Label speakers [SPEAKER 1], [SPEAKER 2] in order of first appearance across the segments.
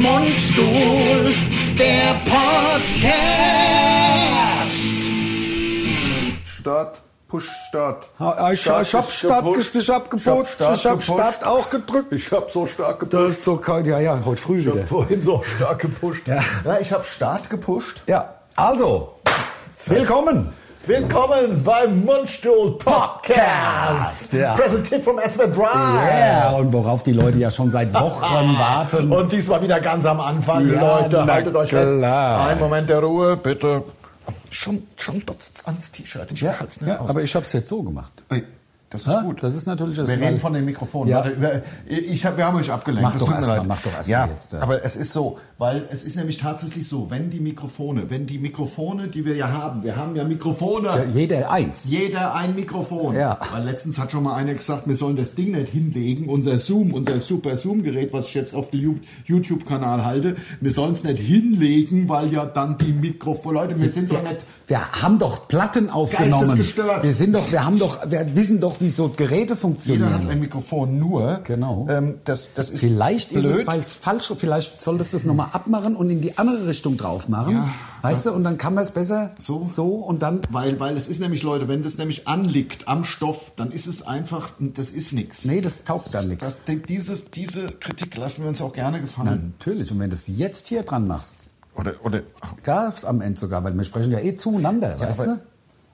[SPEAKER 1] Mundstuhl, der Podcast.
[SPEAKER 2] Start, Push Start.
[SPEAKER 3] Ah, Ich,
[SPEAKER 2] Start
[SPEAKER 3] ich hab
[SPEAKER 2] ist
[SPEAKER 3] Start,
[SPEAKER 2] gepusht.
[SPEAKER 3] ich hab geputzt, ich hab Start,
[SPEAKER 2] gepusht.
[SPEAKER 3] auch gedrückt.
[SPEAKER 2] Ich hab so stark
[SPEAKER 3] Das
[SPEAKER 2] gepusht.
[SPEAKER 3] ist so kalt. Ja, ja, heute früh
[SPEAKER 2] Ich
[SPEAKER 3] wieder.
[SPEAKER 2] hab vorhin so stark gepusht.
[SPEAKER 3] Ja.
[SPEAKER 2] ich hab Start gepusht.
[SPEAKER 3] Ja, also, willkommen.
[SPEAKER 2] Willkommen beim Mundstuhl Podcast.
[SPEAKER 3] Podcast, ja.
[SPEAKER 2] Präsentiert vom SB Drive.
[SPEAKER 3] Ja, und worauf die Leute ja schon seit Wochen warten.
[SPEAKER 2] Und diesmal wieder ganz am Anfang,
[SPEAKER 3] Ja,
[SPEAKER 2] Leute.
[SPEAKER 3] na
[SPEAKER 2] Haltet euch fest.
[SPEAKER 3] klar.
[SPEAKER 2] Ein Moment der Ruhe, bitte. Schon, schon dotzt's ans T-Shirt. Ich mach jetzt, ne?
[SPEAKER 3] ja, aber ich hab's jetzt so gemacht.
[SPEAKER 2] Ey, Das ist
[SPEAKER 3] Ha?
[SPEAKER 2] gut.
[SPEAKER 3] Das ist natürlich das
[SPEAKER 2] Wir reden
[SPEAKER 3] weil-
[SPEAKER 2] von den Mikrofonen.
[SPEAKER 3] Ja.
[SPEAKER 2] Warte, wir- ich hab, wir haben euch abgelenkt.
[SPEAKER 3] Mach
[SPEAKER 2] Das
[SPEAKER 3] doch
[SPEAKER 2] tut mir
[SPEAKER 3] erst mal,
[SPEAKER 2] leid.
[SPEAKER 3] mach doch erst
[SPEAKER 2] ja,
[SPEAKER 3] mal jetzt, äh.
[SPEAKER 2] Aber es ist so, weil es ist nämlich tatsächlich so, wenn die Mikrofone, wenn die Mikrofone, die wir ja haben, wir haben ja Mikrofone.
[SPEAKER 3] Ja, jeder eins.
[SPEAKER 2] Jeder ein Mikrofon.
[SPEAKER 3] Ja.
[SPEAKER 2] Weil letztens hat schon mal einer gesagt, wir sollen das Ding nicht hinlegen, unser Zoom, unser super Zoom-Gerät, was ich jetzt auf den Ju- YouTube-Kanal halte, wir sollen es nicht hinlegen, weil ja dann die Mikrofone. Leute, wir sind doch nicht.
[SPEAKER 3] Wir haben doch Platten aufgenommen.
[SPEAKER 2] Geistesgestört.
[SPEAKER 3] Wir sind doch, wir haben doch, wir wissen doch, wie so Geräte
[SPEAKER 2] Jeder hat
[SPEAKER 3] funktionieren.
[SPEAKER 2] ein Mikrofon nur.
[SPEAKER 3] Genau.
[SPEAKER 2] Ähm, das, das ist
[SPEAKER 3] Vielleicht
[SPEAKER 2] blöd.
[SPEAKER 3] ist es falls falsch, vielleicht solltest du es nochmal abmachen und in die andere Richtung drauf machen.
[SPEAKER 2] Ja.
[SPEAKER 3] weißt du, und dann kann man es besser
[SPEAKER 2] So.
[SPEAKER 3] so und dann
[SPEAKER 2] Weil, weil es ist nämlich, Leute, wenn das nämlich anliegt am Stoff, dann ist es einfach, das ist nichts.
[SPEAKER 3] Nee, das taugt dann nichts.
[SPEAKER 2] Das, dieses, diese Kritik lassen wir uns auch gerne gefallen.
[SPEAKER 3] Natürlich, und wenn du es jetzt hier dran machst,
[SPEAKER 2] Oder, oder,
[SPEAKER 3] gab es am Ende sogar, weil wir sprechen ja eh zueinander, weißt
[SPEAKER 2] aber-
[SPEAKER 3] du?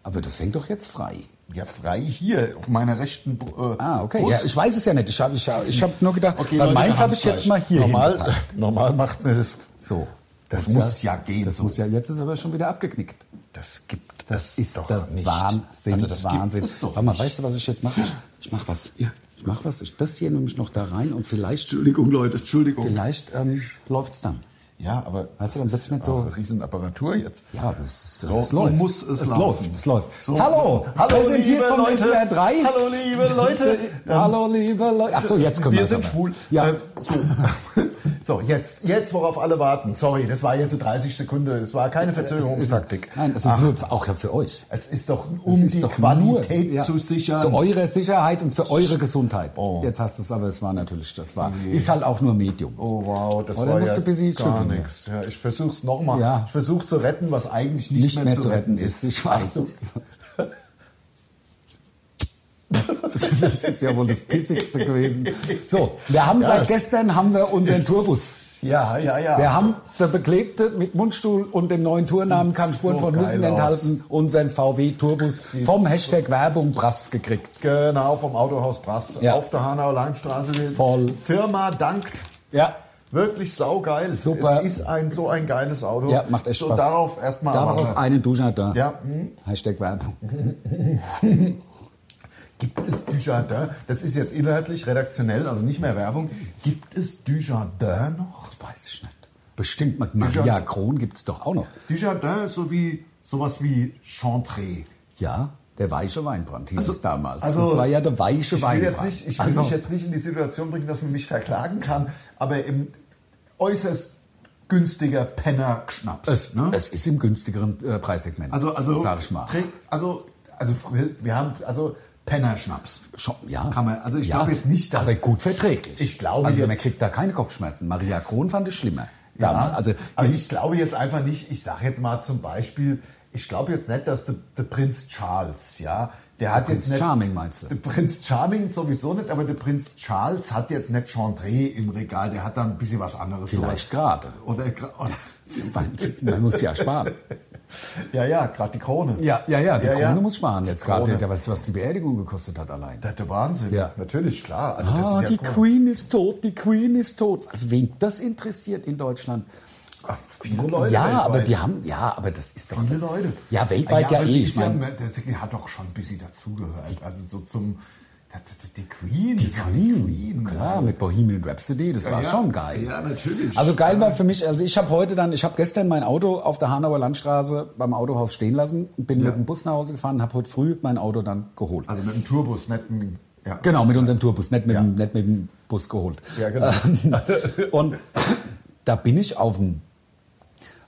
[SPEAKER 3] Aber das hängt doch jetzt frei.
[SPEAKER 2] ja, frei hier, auf meiner rechten Bu- äh,
[SPEAKER 3] Ah, okay. Ja,
[SPEAKER 2] Brust.
[SPEAKER 3] ich weiß es ja nicht. Ich habe ich hab, ich hab nur gedacht,
[SPEAKER 2] Okay,
[SPEAKER 3] weil
[SPEAKER 2] Leute,
[SPEAKER 3] meins
[SPEAKER 2] wir
[SPEAKER 3] habe
[SPEAKER 2] haben's
[SPEAKER 3] ich jetzt
[SPEAKER 2] gleich.
[SPEAKER 3] mal hier
[SPEAKER 2] Normal,
[SPEAKER 3] hingepackt.
[SPEAKER 2] normal macht man das.
[SPEAKER 3] So.
[SPEAKER 2] Das muss ja gehen,
[SPEAKER 3] Das
[SPEAKER 2] so.
[SPEAKER 3] muss ja, jetzt ist aber schon wieder abgeknickt.
[SPEAKER 2] Das gibt
[SPEAKER 3] Das
[SPEAKER 2] es
[SPEAKER 3] ist
[SPEAKER 2] doch
[SPEAKER 3] der
[SPEAKER 2] nicht.
[SPEAKER 3] Wahnsinn.
[SPEAKER 2] Also das
[SPEAKER 3] Wahnsinn.
[SPEAKER 2] gibt es doch
[SPEAKER 3] Warte mal,
[SPEAKER 2] nicht.
[SPEAKER 3] weißt du, was ich jetzt mache? Ich, ich mache was.
[SPEAKER 2] Ja.
[SPEAKER 3] Ich mache was. Ich das hier nehme ich noch da rein und vielleicht,
[SPEAKER 2] Entschuldigung, Leute, Entschuldigung.
[SPEAKER 3] vielleicht ähm, läuft's dann.
[SPEAKER 2] Ja, aber
[SPEAKER 3] Weißt du, dann
[SPEAKER 2] das
[SPEAKER 3] wird's
[SPEAKER 2] ist
[SPEAKER 3] nicht so-
[SPEAKER 2] auch eine Riesenapparatur jetzt.
[SPEAKER 3] Ja, aber es, ist-
[SPEAKER 2] So-
[SPEAKER 3] es
[SPEAKER 2] so
[SPEAKER 3] läuft.
[SPEAKER 2] muss es laufen.
[SPEAKER 3] läuft. Es läuft.
[SPEAKER 2] So
[SPEAKER 3] hallo,
[SPEAKER 2] muss es- Hallo,
[SPEAKER 3] präsentiert
[SPEAKER 2] liebe
[SPEAKER 3] von
[SPEAKER 2] Leute.
[SPEAKER 3] SWR 3.
[SPEAKER 2] Hallo, liebe Leute. Ähm,
[SPEAKER 3] hallo, liebe Leute. Achso, jetzt können wir.
[SPEAKER 2] wir
[SPEAKER 3] es
[SPEAKER 2] sind
[SPEAKER 3] aber.
[SPEAKER 2] schwul.
[SPEAKER 3] Ja.
[SPEAKER 2] Ähm, so. so, jetzt, jetzt, worauf alle warten. Sorry, das war jetzt eine 30 Sekunde. Es war keine Verzögerungstaktik.
[SPEAKER 3] Nein, es Äh, ist nur auch ja für euch.
[SPEAKER 2] Es ist doch,
[SPEAKER 3] Es
[SPEAKER 2] um
[SPEAKER 3] ist
[SPEAKER 2] die
[SPEAKER 3] doch
[SPEAKER 2] Qualität
[SPEAKER 3] nur, ja,
[SPEAKER 2] zu sichern.
[SPEAKER 3] Zu eurer Sicherheit und für eure Gesundheit.
[SPEAKER 2] Oh.
[SPEAKER 3] Jetzt hast du es, aber es war natürlich, das war. Ist halt auch nur Medium.
[SPEAKER 2] Oh wow, das
[SPEAKER 3] Oder
[SPEAKER 2] war
[SPEAKER 3] musst
[SPEAKER 2] ja
[SPEAKER 3] du ein bisschen
[SPEAKER 2] gar
[SPEAKER 3] schütteln,
[SPEAKER 2] nichts. Ja, ich versuch's nochmal.
[SPEAKER 3] Ja.
[SPEAKER 2] Ich versuche zu retten, was eigentlich nicht, mehr, zu retten ist. Also,
[SPEAKER 3] Ich weiß. Also, Das ist ja wohl das Pissigste gewesen. So, wir haben
[SPEAKER 2] Ja,
[SPEAKER 3] seit
[SPEAKER 2] es
[SPEAKER 3] gestern haben wir unseren
[SPEAKER 2] Ist-
[SPEAKER 3] Tourbus.
[SPEAKER 2] Ja, ja, ja.
[SPEAKER 3] Wir haben der Beklebte mit Mundstuhl und dem neuen Tournamen kann Spuren
[SPEAKER 2] so
[SPEAKER 3] von Nüssen
[SPEAKER 2] geil
[SPEAKER 3] enthalten, unseren VW Tourbus
[SPEAKER 2] Sieht
[SPEAKER 3] vom
[SPEAKER 2] so-
[SPEAKER 3] Hashtag Werbung Brass gekriegt.
[SPEAKER 2] Genau, vom Autohaus Brass
[SPEAKER 3] Ja.
[SPEAKER 2] auf der Hanauer Langstraße. Die
[SPEAKER 3] Voll.
[SPEAKER 2] Firma dankt.
[SPEAKER 3] Ja.
[SPEAKER 2] Wirklich saugeil.
[SPEAKER 3] Super.
[SPEAKER 2] Es ist ein so ein geiles Auto.
[SPEAKER 3] Ja, macht echt
[SPEAKER 2] so,
[SPEAKER 3] Spaß.
[SPEAKER 2] Darauf erstmal
[SPEAKER 3] Darauf
[SPEAKER 2] Wasser.
[SPEAKER 3] einen Duscher da.
[SPEAKER 2] Ja. Hm.
[SPEAKER 3] Hashtag Werbung.
[SPEAKER 2] Gibt es Dujardin? Das ist jetzt inhaltlich redaktionell, also nicht mehr Werbung. Gibt es Dujardin noch?
[SPEAKER 3] Weiß ich nicht. Bestimmt, Maria
[SPEAKER 2] Dujardin.
[SPEAKER 3] Kron gibt es doch auch noch.
[SPEAKER 2] Dujardin ist so wie sowas wie Chantre.
[SPEAKER 3] Ja, der weiche Weinbrand hieß es damals.
[SPEAKER 2] also,
[SPEAKER 3] das war ja der weiche
[SPEAKER 2] ich will
[SPEAKER 3] Weinbrand.
[SPEAKER 2] Jetzt nicht, ich will
[SPEAKER 3] also,
[SPEAKER 2] mich jetzt nicht in die Situation bringen, dass man mich verklagen kann, aber im äußerst günstiger Penner-Schnaps.
[SPEAKER 3] es, es ist im günstigeren äh, Preissegment.
[SPEAKER 2] ne? also, also,
[SPEAKER 3] sag ich mal.
[SPEAKER 2] trink- also, also, früher- wir haben, also, Penner-Schnaps.
[SPEAKER 3] Schon, ja.
[SPEAKER 2] Kann man- also ich glaube jetzt nicht, dass-
[SPEAKER 3] Aber gut verträglich.
[SPEAKER 2] Ich glaube
[SPEAKER 3] also
[SPEAKER 2] jetzt-
[SPEAKER 3] man kriegt da keine Kopfschmerzen. Maria Kron fand es schlimmer. Damals. Also
[SPEAKER 2] aber ich glaube jetzt einfach nicht, ich sage jetzt mal zum Beispiel, ich glaube jetzt nicht, dass der, der Prinz Charles, ja, der hat
[SPEAKER 3] Prinz
[SPEAKER 2] jetzt nicht,
[SPEAKER 3] Charming meinst du?
[SPEAKER 2] Der Prinz Charming sowieso nicht, aber der Prinz Charles hat jetzt nicht Chandre im Regal, der hat da ein bisschen was anderes.
[SPEAKER 3] vielleicht gerade.
[SPEAKER 2] Oder, gra- oder
[SPEAKER 3] Weil Man muss ja sparen.
[SPEAKER 2] ja, ja, gerade die Krone.
[SPEAKER 3] Ja, ja, ja. Die
[SPEAKER 2] Ja,
[SPEAKER 3] Krone
[SPEAKER 2] ja.
[SPEAKER 3] muss sparen. Jetzt
[SPEAKER 2] Die
[SPEAKER 3] gerade,
[SPEAKER 2] Krone.
[SPEAKER 3] der weiß, was die Beerdigung gekostet hat allein.
[SPEAKER 2] Das ist der Wahnsinn.
[SPEAKER 3] Ja.
[SPEAKER 2] Natürlich, klar. Also das
[SPEAKER 3] ah,
[SPEAKER 2] ist ja
[SPEAKER 3] die
[SPEAKER 2] cool.
[SPEAKER 3] Queen ist tot, die Queen ist tot. Also wen das interessiert in Deutschland?
[SPEAKER 2] Ach, Viele Leute.
[SPEAKER 3] ja,
[SPEAKER 2] weltweit.
[SPEAKER 3] aber die haben, ja, aber das ist doch.
[SPEAKER 2] Viele Leute.
[SPEAKER 3] Ja, weltweit ja,
[SPEAKER 2] aber
[SPEAKER 3] eh.
[SPEAKER 2] es
[SPEAKER 3] Ich
[SPEAKER 2] ist ja,
[SPEAKER 3] mein,
[SPEAKER 2] das hat doch schon ein bisschen dazugehört. Also so zum. Das, das, die Queen.
[SPEAKER 3] Die Queen, klar, mit Bohemian Rhapsody, das war
[SPEAKER 2] ja.
[SPEAKER 3] schon geil.
[SPEAKER 2] Ja, natürlich.
[SPEAKER 3] Also geil war für mich, also ich habe heute dann, ich habe gestern mein Auto auf der Hanauer Landstraße beim Autohaus stehen lassen, bin mit dem Bus nach Hause gefahren, habe heute früh mein Auto dann geholt.
[SPEAKER 2] Also mit dem Turbus, nicht mit dem. Ja.
[SPEAKER 3] Genau, mit unserem Tourbus, nicht mit,
[SPEAKER 2] Ja.
[SPEAKER 3] dem, nicht mit dem Bus geholt.
[SPEAKER 2] Ja, genau.
[SPEAKER 3] Ähm, Und da bin ich auf dem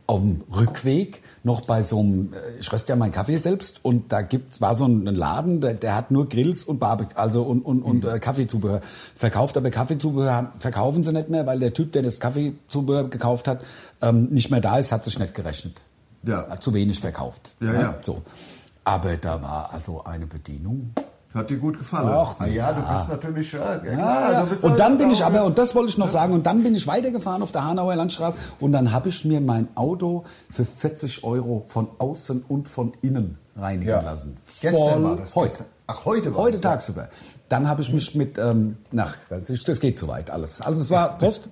[SPEAKER 3] auf dem Rückweg noch bei so einem, äh, ich röste ja meinen Kaffee selbst und da gibt, war so ein Laden, der, der hat nur Grills und Barbecue, also und, und, und
[SPEAKER 2] Mhm.
[SPEAKER 3] äh, Kaffeezubehör verkauft, aber Kaffeezubehör haben- verkaufen sie nicht mehr, weil der Typ, der das Kaffeezubehör gekauft hat, ähm, nicht mehr da ist, hat sich nicht gerechnet.
[SPEAKER 2] Ja.
[SPEAKER 3] Hat zu wenig verkauft.
[SPEAKER 2] Ja, ja.
[SPEAKER 3] So. Aber da war also eine Bedienung.
[SPEAKER 2] Hat dir gut gefallen?
[SPEAKER 3] Ach,
[SPEAKER 2] Ah ja, du
[SPEAKER 3] ja.
[SPEAKER 2] bist natürlich, ja, ja,
[SPEAKER 3] Ah,
[SPEAKER 2] klar,
[SPEAKER 3] ja.
[SPEAKER 2] du bist halt ne?
[SPEAKER 3] Und dann bin ich
[SPEAKER 2] natürlich-
[SPEAKER 3] aber, und das wollte ich noch sagen, und dann bin ich weitergefahren auf der Hanauer Landstraße und dann habe ich mir mein Auto für 40 Euro von außen und von innen reinigen
[SPEAKER 2] Ja.
[SPEAKER 3] lassen.
[SPEAKER 2] Gestern
[SPEAKER 3] Voll
[SPEAKER 2] war das,
[SPEAKER 3] Heute.
[SPEAKER 2] gestern. Ach, heute war
[SPEAKER 3] Heute
[SPEAKER 2] das, ja.
[SPEAKER 3] tagsüber. Dann habe ich mich mit, ähm, nach, das ist- das geht zu weit alles. Also es war, Prost,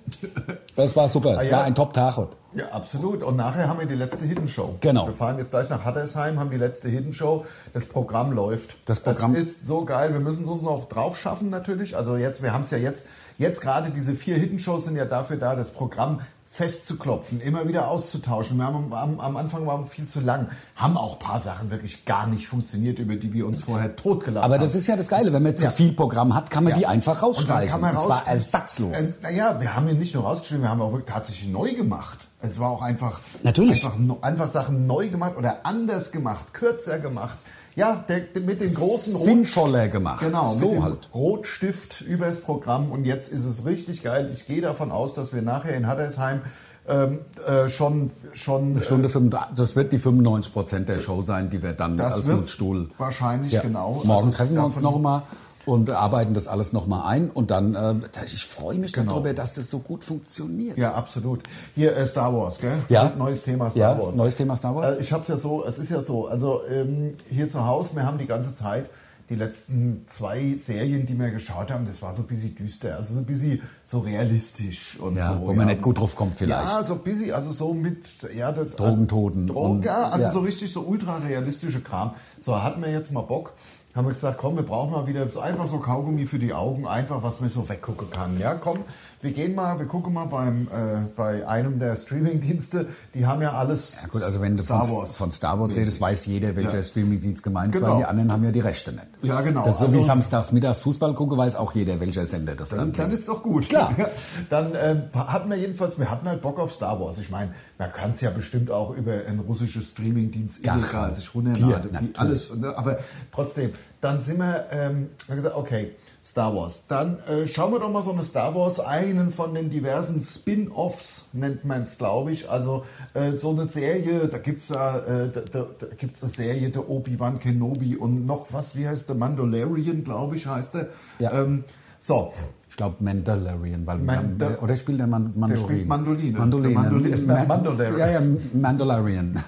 [SPEAKER 3] das war super, es
[SPEAKER 2] Ah, ja.
[SPEAKER 3] war ein Top-Tag heute.
[SPEAKER 2] Ja, absolut. Und nachher haben wir die letzte Hidden Show.
[SPEAKER 3] Genau.
[SPEAKER 2] Wir fahren jetzt gleich nach Hattersheim, haben die letzte Hidden Show. Das Programm läuft.
[SPEAKER 3] Das Programm-
[SPEAKER 2] Das ist so geil. Wir müssen es uns noch drauf schaffen natürlich. Also jetzt, wir haben es ja jetzt, jetzt gerade diese vier Hidden Shows sind ja dafür da, das Programm festzuklopfen, immer wieder auszutauschen. Wir haben am- am, am Anfang waren wir viel zu lang, haben auch ein paar Sachen wirklich gar nicht funktioniert, über die wir uns vorher totgelacht haben.
[SPEAKER 3] Aber das ist ja das Geile, wenn man zu viel Programm hat, kann man die einfach rausschmeißen.
[SPEAKER 2] Und, dann kann man raus-
[SPEAKER 3] zwar ersatzlos.
[SPEAKER 2] Äh, naja, wir haben ihn nicht nur rausgeschrieben, wir haben auch wirklich tatsächlich neu gemacht. Es war auch einfach,
[SPEAKER 3] Natürlich.
[SPEAKER 2] einfach, no- einfach Sachen neu gemacht oder anders gemacht, kürzer gemacht. Ja, der, der, mit dem großen Rot-
[SPEAKER 3] Sinnvoller gemacht.
[SPEAKER 2] Genau,
[SPEAKER 3] So
[SPEAKER 2] mit dem
[SPEAKER 3] halt.
[SPEAKER 2] Rotstift übers Programm und jetzt ist es richtig geil. Ich gehe davon aus, dass wir nachher in Hattersheim ähm, äh, schon, schon äh,
[SPEAKER 3] Stunde 35, das wird die 95 Prozent der Show sein, die wir dann
[SPEAKER 2] Das
[SPEAKER 3] als
[SPEAKER 2] wird
[SPEAKER 3] Nutzstuhl.
[SPEAKER 2] wahrscheinlich genau.
[SPEAKER 3] Morgen
[SPEAKER 2] Also
[SPEAKER 3] treffen wir uns
[SPEAKER 2] davon-
[SPEAKER 3] nochmal und arbeiten das alles nochmal ein und dann, äh, ich freue mich
[SPEAKER 2] Genau.
[SPEAKER 3] darüber, dass das so gut funktioniert.
[SPEAKER 2] Ja, absolut. Hier äh, Star Wars, gell?
[SPEAKER 3] Ja.
[SPEAKER 2] Neues Thema Star
[SPEAKER 3] Ja,
[SPEAKER 2] Wars.
[SPEAKER 3] neues Thema Star Wars.
[SPEAKER 2] Äh, ich hab's ja so, es ist ja so, also ähm, hier zu Hause, wir haben die ganze Zeit die letzten zwei Serien, die wir geschaut haben, das war so ein bisschen düster, also so ein bisschen so realistisch und
[SPEAKER 3] Ja,
[SPEAKER 2] so.
[SPEAKER 3] wo man nicht gut drauf kommt vielleicht.
[SPEAKER 2] Ja, so ein bisschen, also so mit, ja, das...
[SPEAKER 3] Drogentoten
[SPEAKER 2] Also,
[SPEAKER 3] und-
[SPEAKER 2] Drogen, ja, also
[SPEAKER 3] ja.
[SPEAKER 2] so richtig so ultra-realistische Kram. So, hatten wir jetzt mal Bock, haben wir gesagt, komm, wir brauchen mal wieder so einfach so Kaugummi für die Augen, einfach was man so weggucken kann. Ja, komm, wir gehen mal, wir gucken mal beim, äh, bei einem der Streaming-Dienste, die haben ja alles
[SPEAKER 3] Gut, also wenn du
[SPEAKER 2] Star
[SPEAKER 3] von,
[SPEAKER 2] Wars.
[SPEAKER 3] von Star Wars redest, weiß jeder, welcher
[SPEAKER 2] Ja.
[SPEAKER 3] Streamingdienst gemeint ist,
[SPEAKER 2] Genau.
[SPEAKER 3] weil die anderen haben ja die Rechte nicht.
[SPEAKER 2] Ja, genau.
[SPEAKER 3] Das ist so wie
[SPEAKER 2] Also-
[SPEAKER 3] samstags mittags Fußball gucke, weiß auch jeder, welcher Sender das dann,
[SPEAKER 2] Dann, dann
[SPEAKER 3] bringt.
[SPEAKER 2] ist doch gut.
[SPEAKER 3] Klar.
[SPEAKER 2] Ja. Dann ähm, hatten wir jedenfalls, wir hatten halt Bock auf Star Wars. Ich meine, man kann es ja bestimmt auch über einen russischen Streamingdienst
[SPEAKER 3] Ja,
[SPEAKER 2] illegal sich
[SPEAKER 3] dir,
[SPEAKER 2] runterladen, wie
[SPEAKER 3] natürlich.
[SPEAKER 2] alles. Ne? Aber trotzdem, dann sind wir, ähm, haben wir gesagt, okay, Star Wars. Dann äh, schauen wir doch mal so eine Star Wars, einen von den diversen Spin-Offs, nennt man es, glaube ich. Also äh, so eine Serie, da gibt es da, äh, da, da, da gibt's eine Serie, der Obi-Wan Kenobi und noch was, wie heißt der? Mandalorian, glaube ich, heißt er.
[SPEAKER 3] Ja.
[SPEAKER 2] Ähm, so,
[SPEAKER 3] Ich glaube Mandalorian, weil
[SPEAKER 2] Man-
[SPEAKER 3] dann, oder spielt der Man Mandolin?
[SPEAKER 2] spielt Mandoline.
[SPEAKER 3] Mandoline.
[SPEAKER 2] Der Mandolin-
[SPEAKER 3] Ma-
[SPEAKER 2] Mandalorian.
[SPEAKER 3] Ja, ja, Mandalorian.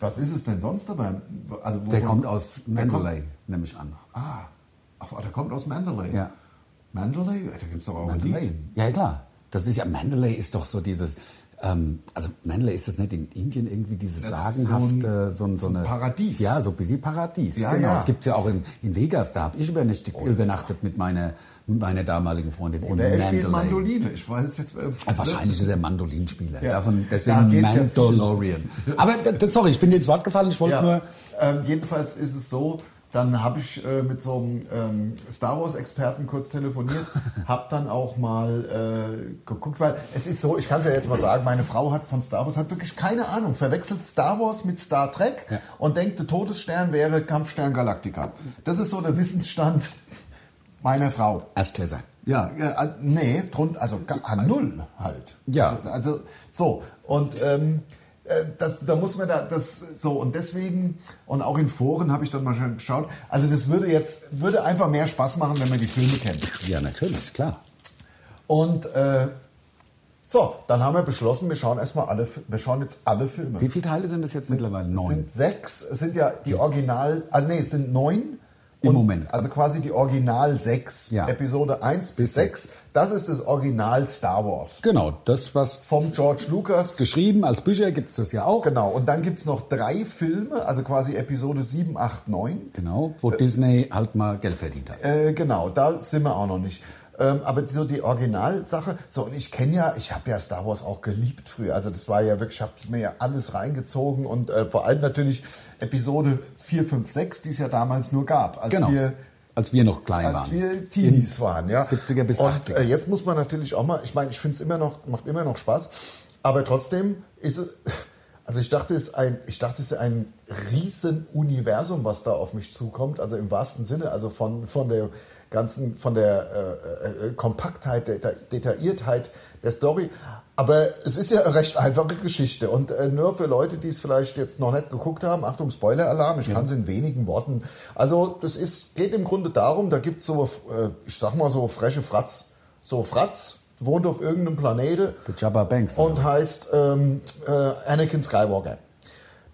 [SPEAKER 2] Was ist es denn sonst dabei? Also
[SPEAKER 3] Der
[SPEAKER 2] wovon-
[SPEAKER 3] kommt aus
[SPEAKER 2] Der
[SPEAKER 3] Mandalay, nehme ich an.
[SPEAKER 2] kommt- Ah, ach, der kommt aus Mandalay.
[SPEAKER 3] Ja.
[SPEAKER 2] Mandalay? Da gibt es doch auch ein
[SPEAKER 3] Mandalay.
[SPEAKER 2] Lied.
[SPEAKER 3] Ja, klar. Das ist ja, Mandalay ist doch so dieses, ähm, also Mandalay ist das nicht in Indien irgendwie dieses
[SPEAKER 2] Das ist
[SPEAKER 3] sagenhafte, so, ein- so, eine...
[SPEAKER 2] Paradies.
[SPEAKER 3] Ja, so ein bisschen Paradies.
[SPEAKER 2] Ja,
[SPEAKER 3] genau.
[SPEAKER 2] ja. Oh
[SPEAKER 3] Das gibt es ja auch in, in Vegas, da habe ich übernachtet, übernachtet mit meiner, mit meiner damaligen Freundin in
[SPEAKER 2] Oder er spielt
[SPEAKER 3] Mandalay.
[SPEAKER 2] Mandoline. Ich weiß jetzt. äh,
[SPEAKER 3] Ja, Wahrscheinlich ist er Mandolinspieler.
[SPEAKER 2] Ja.
[SPEAKER 3] Davon,
[SPEAKER 2] Da
[SPEAKER 3] deswegen
[SPEAKER 2] geht's ja
[SPEAKER 3] Mandalorian. Aber d- d- sorry, ich bin dir ins Wort gefallen. Ich wollte
[SPEAKER 2] Ja.
[SPEAKER 3] nur.
[SPEAKER 2] Ähm, jedenfalls ist es so, dann habe ich äh, mit so einem ähm, Star Wars-Experten kurz telefoniert, habe dann auch mal äh, geguckt, weil es ist so, ich kann es ja jetzt mal sagen, meine Frau hat von Star Wars, hat wirklich keine Ahnung, verwechselt Star Wars mit Star Trek und denkt, der Todesstern wäre Kampfstern Galactica. Das ist so der Wissensstand meiner Frau.
[SPEAKER 3] Erstklässer.
[SPEAKER 2] Ja, ja äh, nee, drun, also ga- ah, null halt.
[SPEAKER 3] Ja.
[SPEAKER 2] Also, also so und ähm, äh, das, da muss man da das so und deswegen und auch in Foren habe ich dann mal schon geschaut. Also das würde jetzt würde einfach mehr Spaß machen, wenn man die Filme kennt.
[SPEAKER 3] Ja, natürlich, klar.
[SPEAKER 2] Und äh, so, dann haben wir beschlossen, wir schauen erstmal alle, Fi- wir schauen jetzt alle Filme.
[SPEAKER 3] Wie viele Teile sind das jetzt mittlerweile?
[SPEAKER 2] Es
[SPEAKER 3] Neun.
[SPEAKER 2] sind sechs, es sind ja die Original, ah, nee, es sind neun.
[SPEAKER 3] Im
[SPEAKER 2] Und-
[SPEAKER 3] Moment.
[SPEAKER 2] Also quasi die Original sechs
[SPEAKER 3] Ja.
[SPEAKER 2] Episode 1 bis 6. Das ist das Original Star Wars.
[SPEAKER 3] Genau, das, was
[SPEAKER 2] Vom George Lucas.
[SPEAKER 3] geschrieben als Bücher gibt es das ja auch.
[SPEAKER 2] Genau. Und dann gibt es noch drei Filme, also quasi Episode 7, 8, 9.
[SPEAKER 3] Genau, wo Disney halt mal Geld verdient hat.
[SPEAKER 2] Äh, genau, da sind wir auch noch nicht. Ähm, aber so die Originalsache, so und ich kenne ja, ich habe ja Star Wars auch geliebt früher. Also das war ja wirklich, ich habe mir ja alles reingezogen und äh, vor allem natürlich Episode 4, 5, 6, die es ja damals nur gab. Als
[SPEAKER 3] genau.
[SPEAKER 2] wir
[SPEAKER 3] als wir noch klein
[SPEAKER 2] als
[SPEAKER 3] waren.
[SPEAKER 2] wir Teenies waren, ja.
[SPEAKER 3] 70er bis
[SPEAKER 2] und,
[SPEAKER 3] 80er.
[SPEAKER 2] Äh, jetzt muss man natürlich auch mal, ich meine, ich finde es immer noch, macht immer noch Spaß. Aber trotzdem ist es. Also ich dachte, es ist ein, ich dachte, es ist ein riesen Universum, was da auf mich zukommt. Also im wahrsten Sinne, also von, von der ganzen, von der äh, äh, Kompaktheit, der Deta- Detailliertheit der Story. Aber es ist ja eine recht einfache Geschichte. Und äh, nur für Leute, die es vielleicht jetzt noch nicht geguckt haben, Achtung, Spoiler-Alarm, ich kann es in wenigen Worten. Also das ist, geht im Grunde darum, da gibt es so, äh, ich sag mal so fresche Fratz. So Fratz wohnt auf irgendeinem Planete
[SPEAKER 3] The Jabba Banks.
[SPEAKER 2] und heißt ähm, äh, Anakin Skywalker.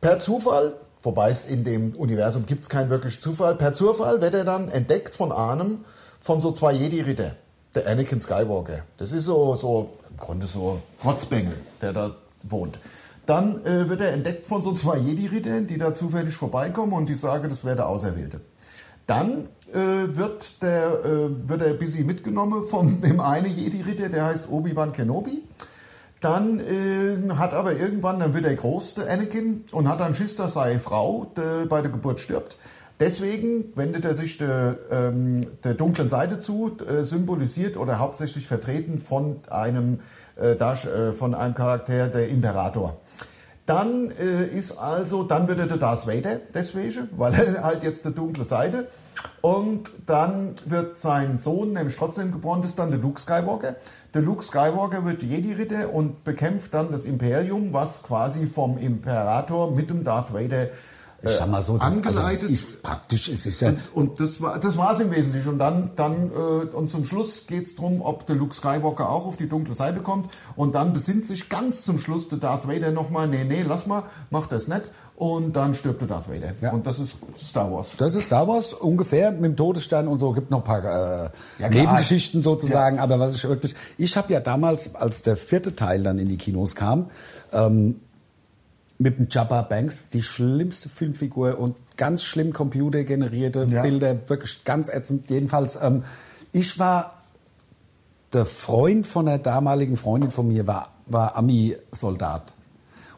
[SPEAKER 2] Per Zufall, wobei es in dem Universum gibt es keinen wirklichen Zufall, per Zufall wird er dann entdeckt von einem von so zwei Jedi-Ritter, der Anakin Skywalker. Das ist so, so im Grunde so Rotzbengel, der da wohnt. Dann äh, wird er entdeckt von so zwei Jedi-Rittern, die da zufällig vorbeikommen und die sagen, das wäre der Auserwählte. Dann äh, wird, der, äh, wird er busy mitgenommen von dem einen Jedi-Ritter, der heißt Obi-Wan Kenobi. Dann äh, hat aber irgendwann, dann wird er groß, der Anakin, und hat dann Schiss, dass seine Frau der bei der Geburt stirbt. Deswegen wendet er sich der, ähm, der dunklen Seite zu, äh, symbolisiert oder hauptsächlich vertreten von einem, äh, Darst- äh, von einem Charakter, der Imperator. Dann äh, ist also, dann wird er der Darth Vader, deswegen, weil er halt jetzt der dunkle Seite. Und dann wird sein Sohn, nämlich trotzdem geboren, das ist dann der Luke Skywalker. Der Luke Skywalker wird Jedi-Ritter und bekämpft dann das Imperium, was quasi vom Imperator mit dem Darth Vader
[SPEAKER 3] ich sag mal so, das,
[SPEAKER 4] angeleitet-
[SPEAKER 3] Also es ist praktisch, es ist ja,
[SPEAKER 4] Und das war das war's im Wesentlichen. Und dann, dann äh, und zum Schluss geht's drum, ob der Luke Skywalker auch auf die dunkle Seite kommt. Und dann besinnt sich ganz zum Schluss der Darth Vader nochmal, nee, nee, lass mal, mach das nicht. Und dann stirbt der Darth Vader.
[SPEAKER 3] Ja.
[SPEAKER 4] Und das ist Star Wars.
[SPEAKER 3] das ist Star Wars ungefähr mit dem Todesstern und so. Gibt noch ein paar äh,
[SPEAKER 4] Ja, klar.
[SPEAKER 3] Nebengeschichten sozusagen. Aber was ich wirklich, ich habe ja damals, als der vierte Teil dann in die Kinos kam, ähm, mit dem Jabba Banks, die schlimmste Filmfigur und ganz schlimm computergenerierte
[SPEAKER 4] Ja.
[SPEAKER 3] Bilder, wirklich ganz ätzend. Jedenfalls, ähm, ich war der Freund von der damaligen Freundin von mir war, war Ami-Soldat.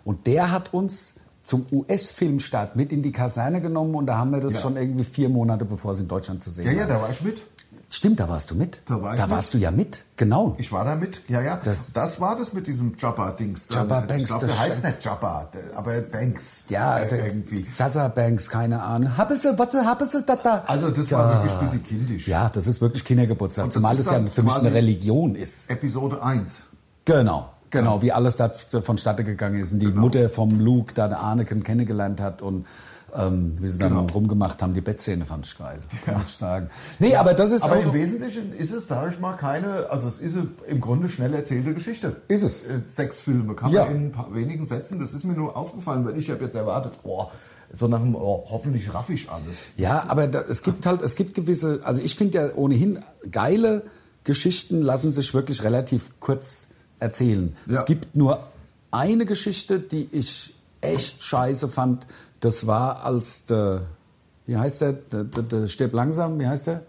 [SPEAKER 3] Und der hat uns zum US-Filmstart mit in die Kaserne genommen und da haben wir das
[SPEAKER 4] Ja.
[SPEAKER 3] schon irgendwie vier Monate, bevor es in Deutschland zu sehen
[SPEAKER 4] Ja, ja,
[SPEAKER 3] war.
[SPEAKER 4] da war ich mit.
[SPEAKER 3] Stimmt, da warst du mit.
[SPEAKER 4] Da war ich mit.
[SPEAKER 3] warst du ja mit, genau.
[SPEAKER 4] Ich war da mit. Ja, ja.
[SPEAKER 3] Das-
[SPEAKER 4] Das, war das mit diesem Jabba-Dings.
[SPEAKER 3] Jabba
[SPEAKER 4] Ich
[SPEAKER 3] Banks,
[SPEAKER 4] glaube,
[SPEAKER 3] das
[SPEAKER 4] der heißt
[SPEAKER 3] Sch-
[SPEAKER 4] nicht Jabba, der- aber Banks.
[SPEAKER 3] ja,
[SPEAKER 4] Äh,
[SPEAKER 3] der-
[SPEAKER 4] irgendwie.
[SPEAKER 3] Jabba Banks, keine Ahnung. Hab es, was, hab es, da, da.
[SPEAKER 4] Also das war wirklich ein bisschen kindisch.
[SPEAKER 3] Ja, das ist wirklich Kindergeburtstag.
[SPEAKER 4] Und das
[SPEAKER 3] Zumal
[SPEAKER 4] ist
[SPEAKER 3] es ja
[SPEAKER 4] dann
[SPEAKER 3] für mich eine
[SPEAKER 4] quasi-
[SPEAKER 3] Religion ist.
[SPEAKER 4] Episode 1.
[SPEAKER 3] Genau, genau, wie alles da vonstatten gegangen ist. Und
[SPEAKER 4] Genau.
[SPEAKER 3] die Mutter vom Luke, da der Anakin kennengelernt hat und ähm, wie sie dann
[SPEAKER 4] Genau.
[SPEAKER 3] rumgemacht haben, die Bettszene fand ich geil, muss ich sagen. Nee, aber das ist
[SPEAKER 4] Aber
[SPEAKER 3] auch-
[SPEAKER 4] im Wesentlichen ist es, sage ich mal, keine, also es ist im Grunde schnell erzählte Geschichte.
[SPEAKER 3] Ist es.
[SPEAKER 4] Äh, Sechs Filme kann
[SPEAKER 3] Ja.
[SPEAKER 4] man in ein paar wenigen Sätzen, das ist mir nur aufgefallen, weil ich habe jetzt erwartet, boah, so nach dem, oh, hoffentlich raff ich alles.
[SPEAKER 3] Ja, aber da, es gibt halt, es gibt gewisse, also ich finde ja ohnehin geile Geschichten lassen sich wirklich relativ kurz erzählen.
[SPEAKER 4] Ja.
[SPEAKER 3] Es gibt nur eine Geschichte, die ich echt scheiße fand. Das war als der, wie heißt der, der, der, der stirbt langsam, wie heißt der?